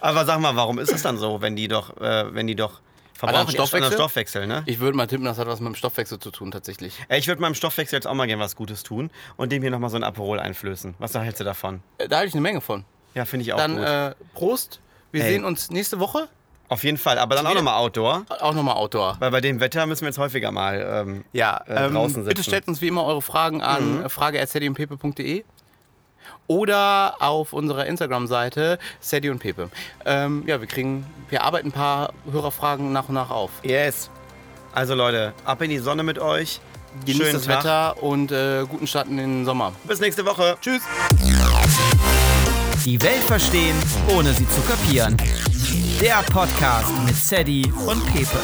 Speaker 1: aber sag mal warum ist es dann so, wenn die doch. Äh, wenn die doch verbrauchen die echt
Speaker 2: Stoffwechsel?
Speaker 1: anderen Stoffwechsel, ne?
Speaker 2: ich würde mal tippen, das hat was mit dem Stoffwechsel zu tun tatsächlich.
Speaker 1: Ey, Ich würde meinem Stoffwechsel jetzt auch mal gerne was Gutes tun und dem hier nochmal so ein Aperol einflößen. Was hältst du davon?
Speaker 2: Äh, Da halte ich eine Menge von.
Speaker 1: Ja, finde ich auch
Speaker 2: Dann
Speaker 1: gut.
Speaker 2: äh, Prost. Wir
Speaker 1: Ey.
Speaker 2: sehen uns nächste Woche.
Speaker 1: Auf jeden Fall. Aber dann auch
Speaker 2: wieder-
Speaker 1: nochmal Outdoor.
Speaker 2: Auch nochmal Outdoor.
Speaker 1: Weil bei dem Wetter müssen wir jetzt häufiger mal. Ähm,
Speaker 2: Ja,
Speaker 1: Äh, draußen
Speaker 2: bitte
Speaker 1: sitzen.
Speaker 2: stellt uns wie immer eure Fragen an mhm. frage.steadyundpepe.de E oder auf unserer Instagram-Seite Sadie und Pepe. Ähm, ja, wir kriegen, wir arbeiten ein paar Hörerfragen nach und nach auf.
Speaker 1: yes. Also Leute, ab in die Sonne mit euch.
Speaker 2: Genießt
Speaker 1: Schönen
Speaker 2: das
Speaker 1: Tag.
Speaker 2: Wetter und äh, guten Start in den Sommer.
Speaker 1: Bis nächste Woche. Tschüss.
Speaker 3: Die Welt verstehen, ohne sie zu kapieren. Der Podcast mit Sadie und Pepe.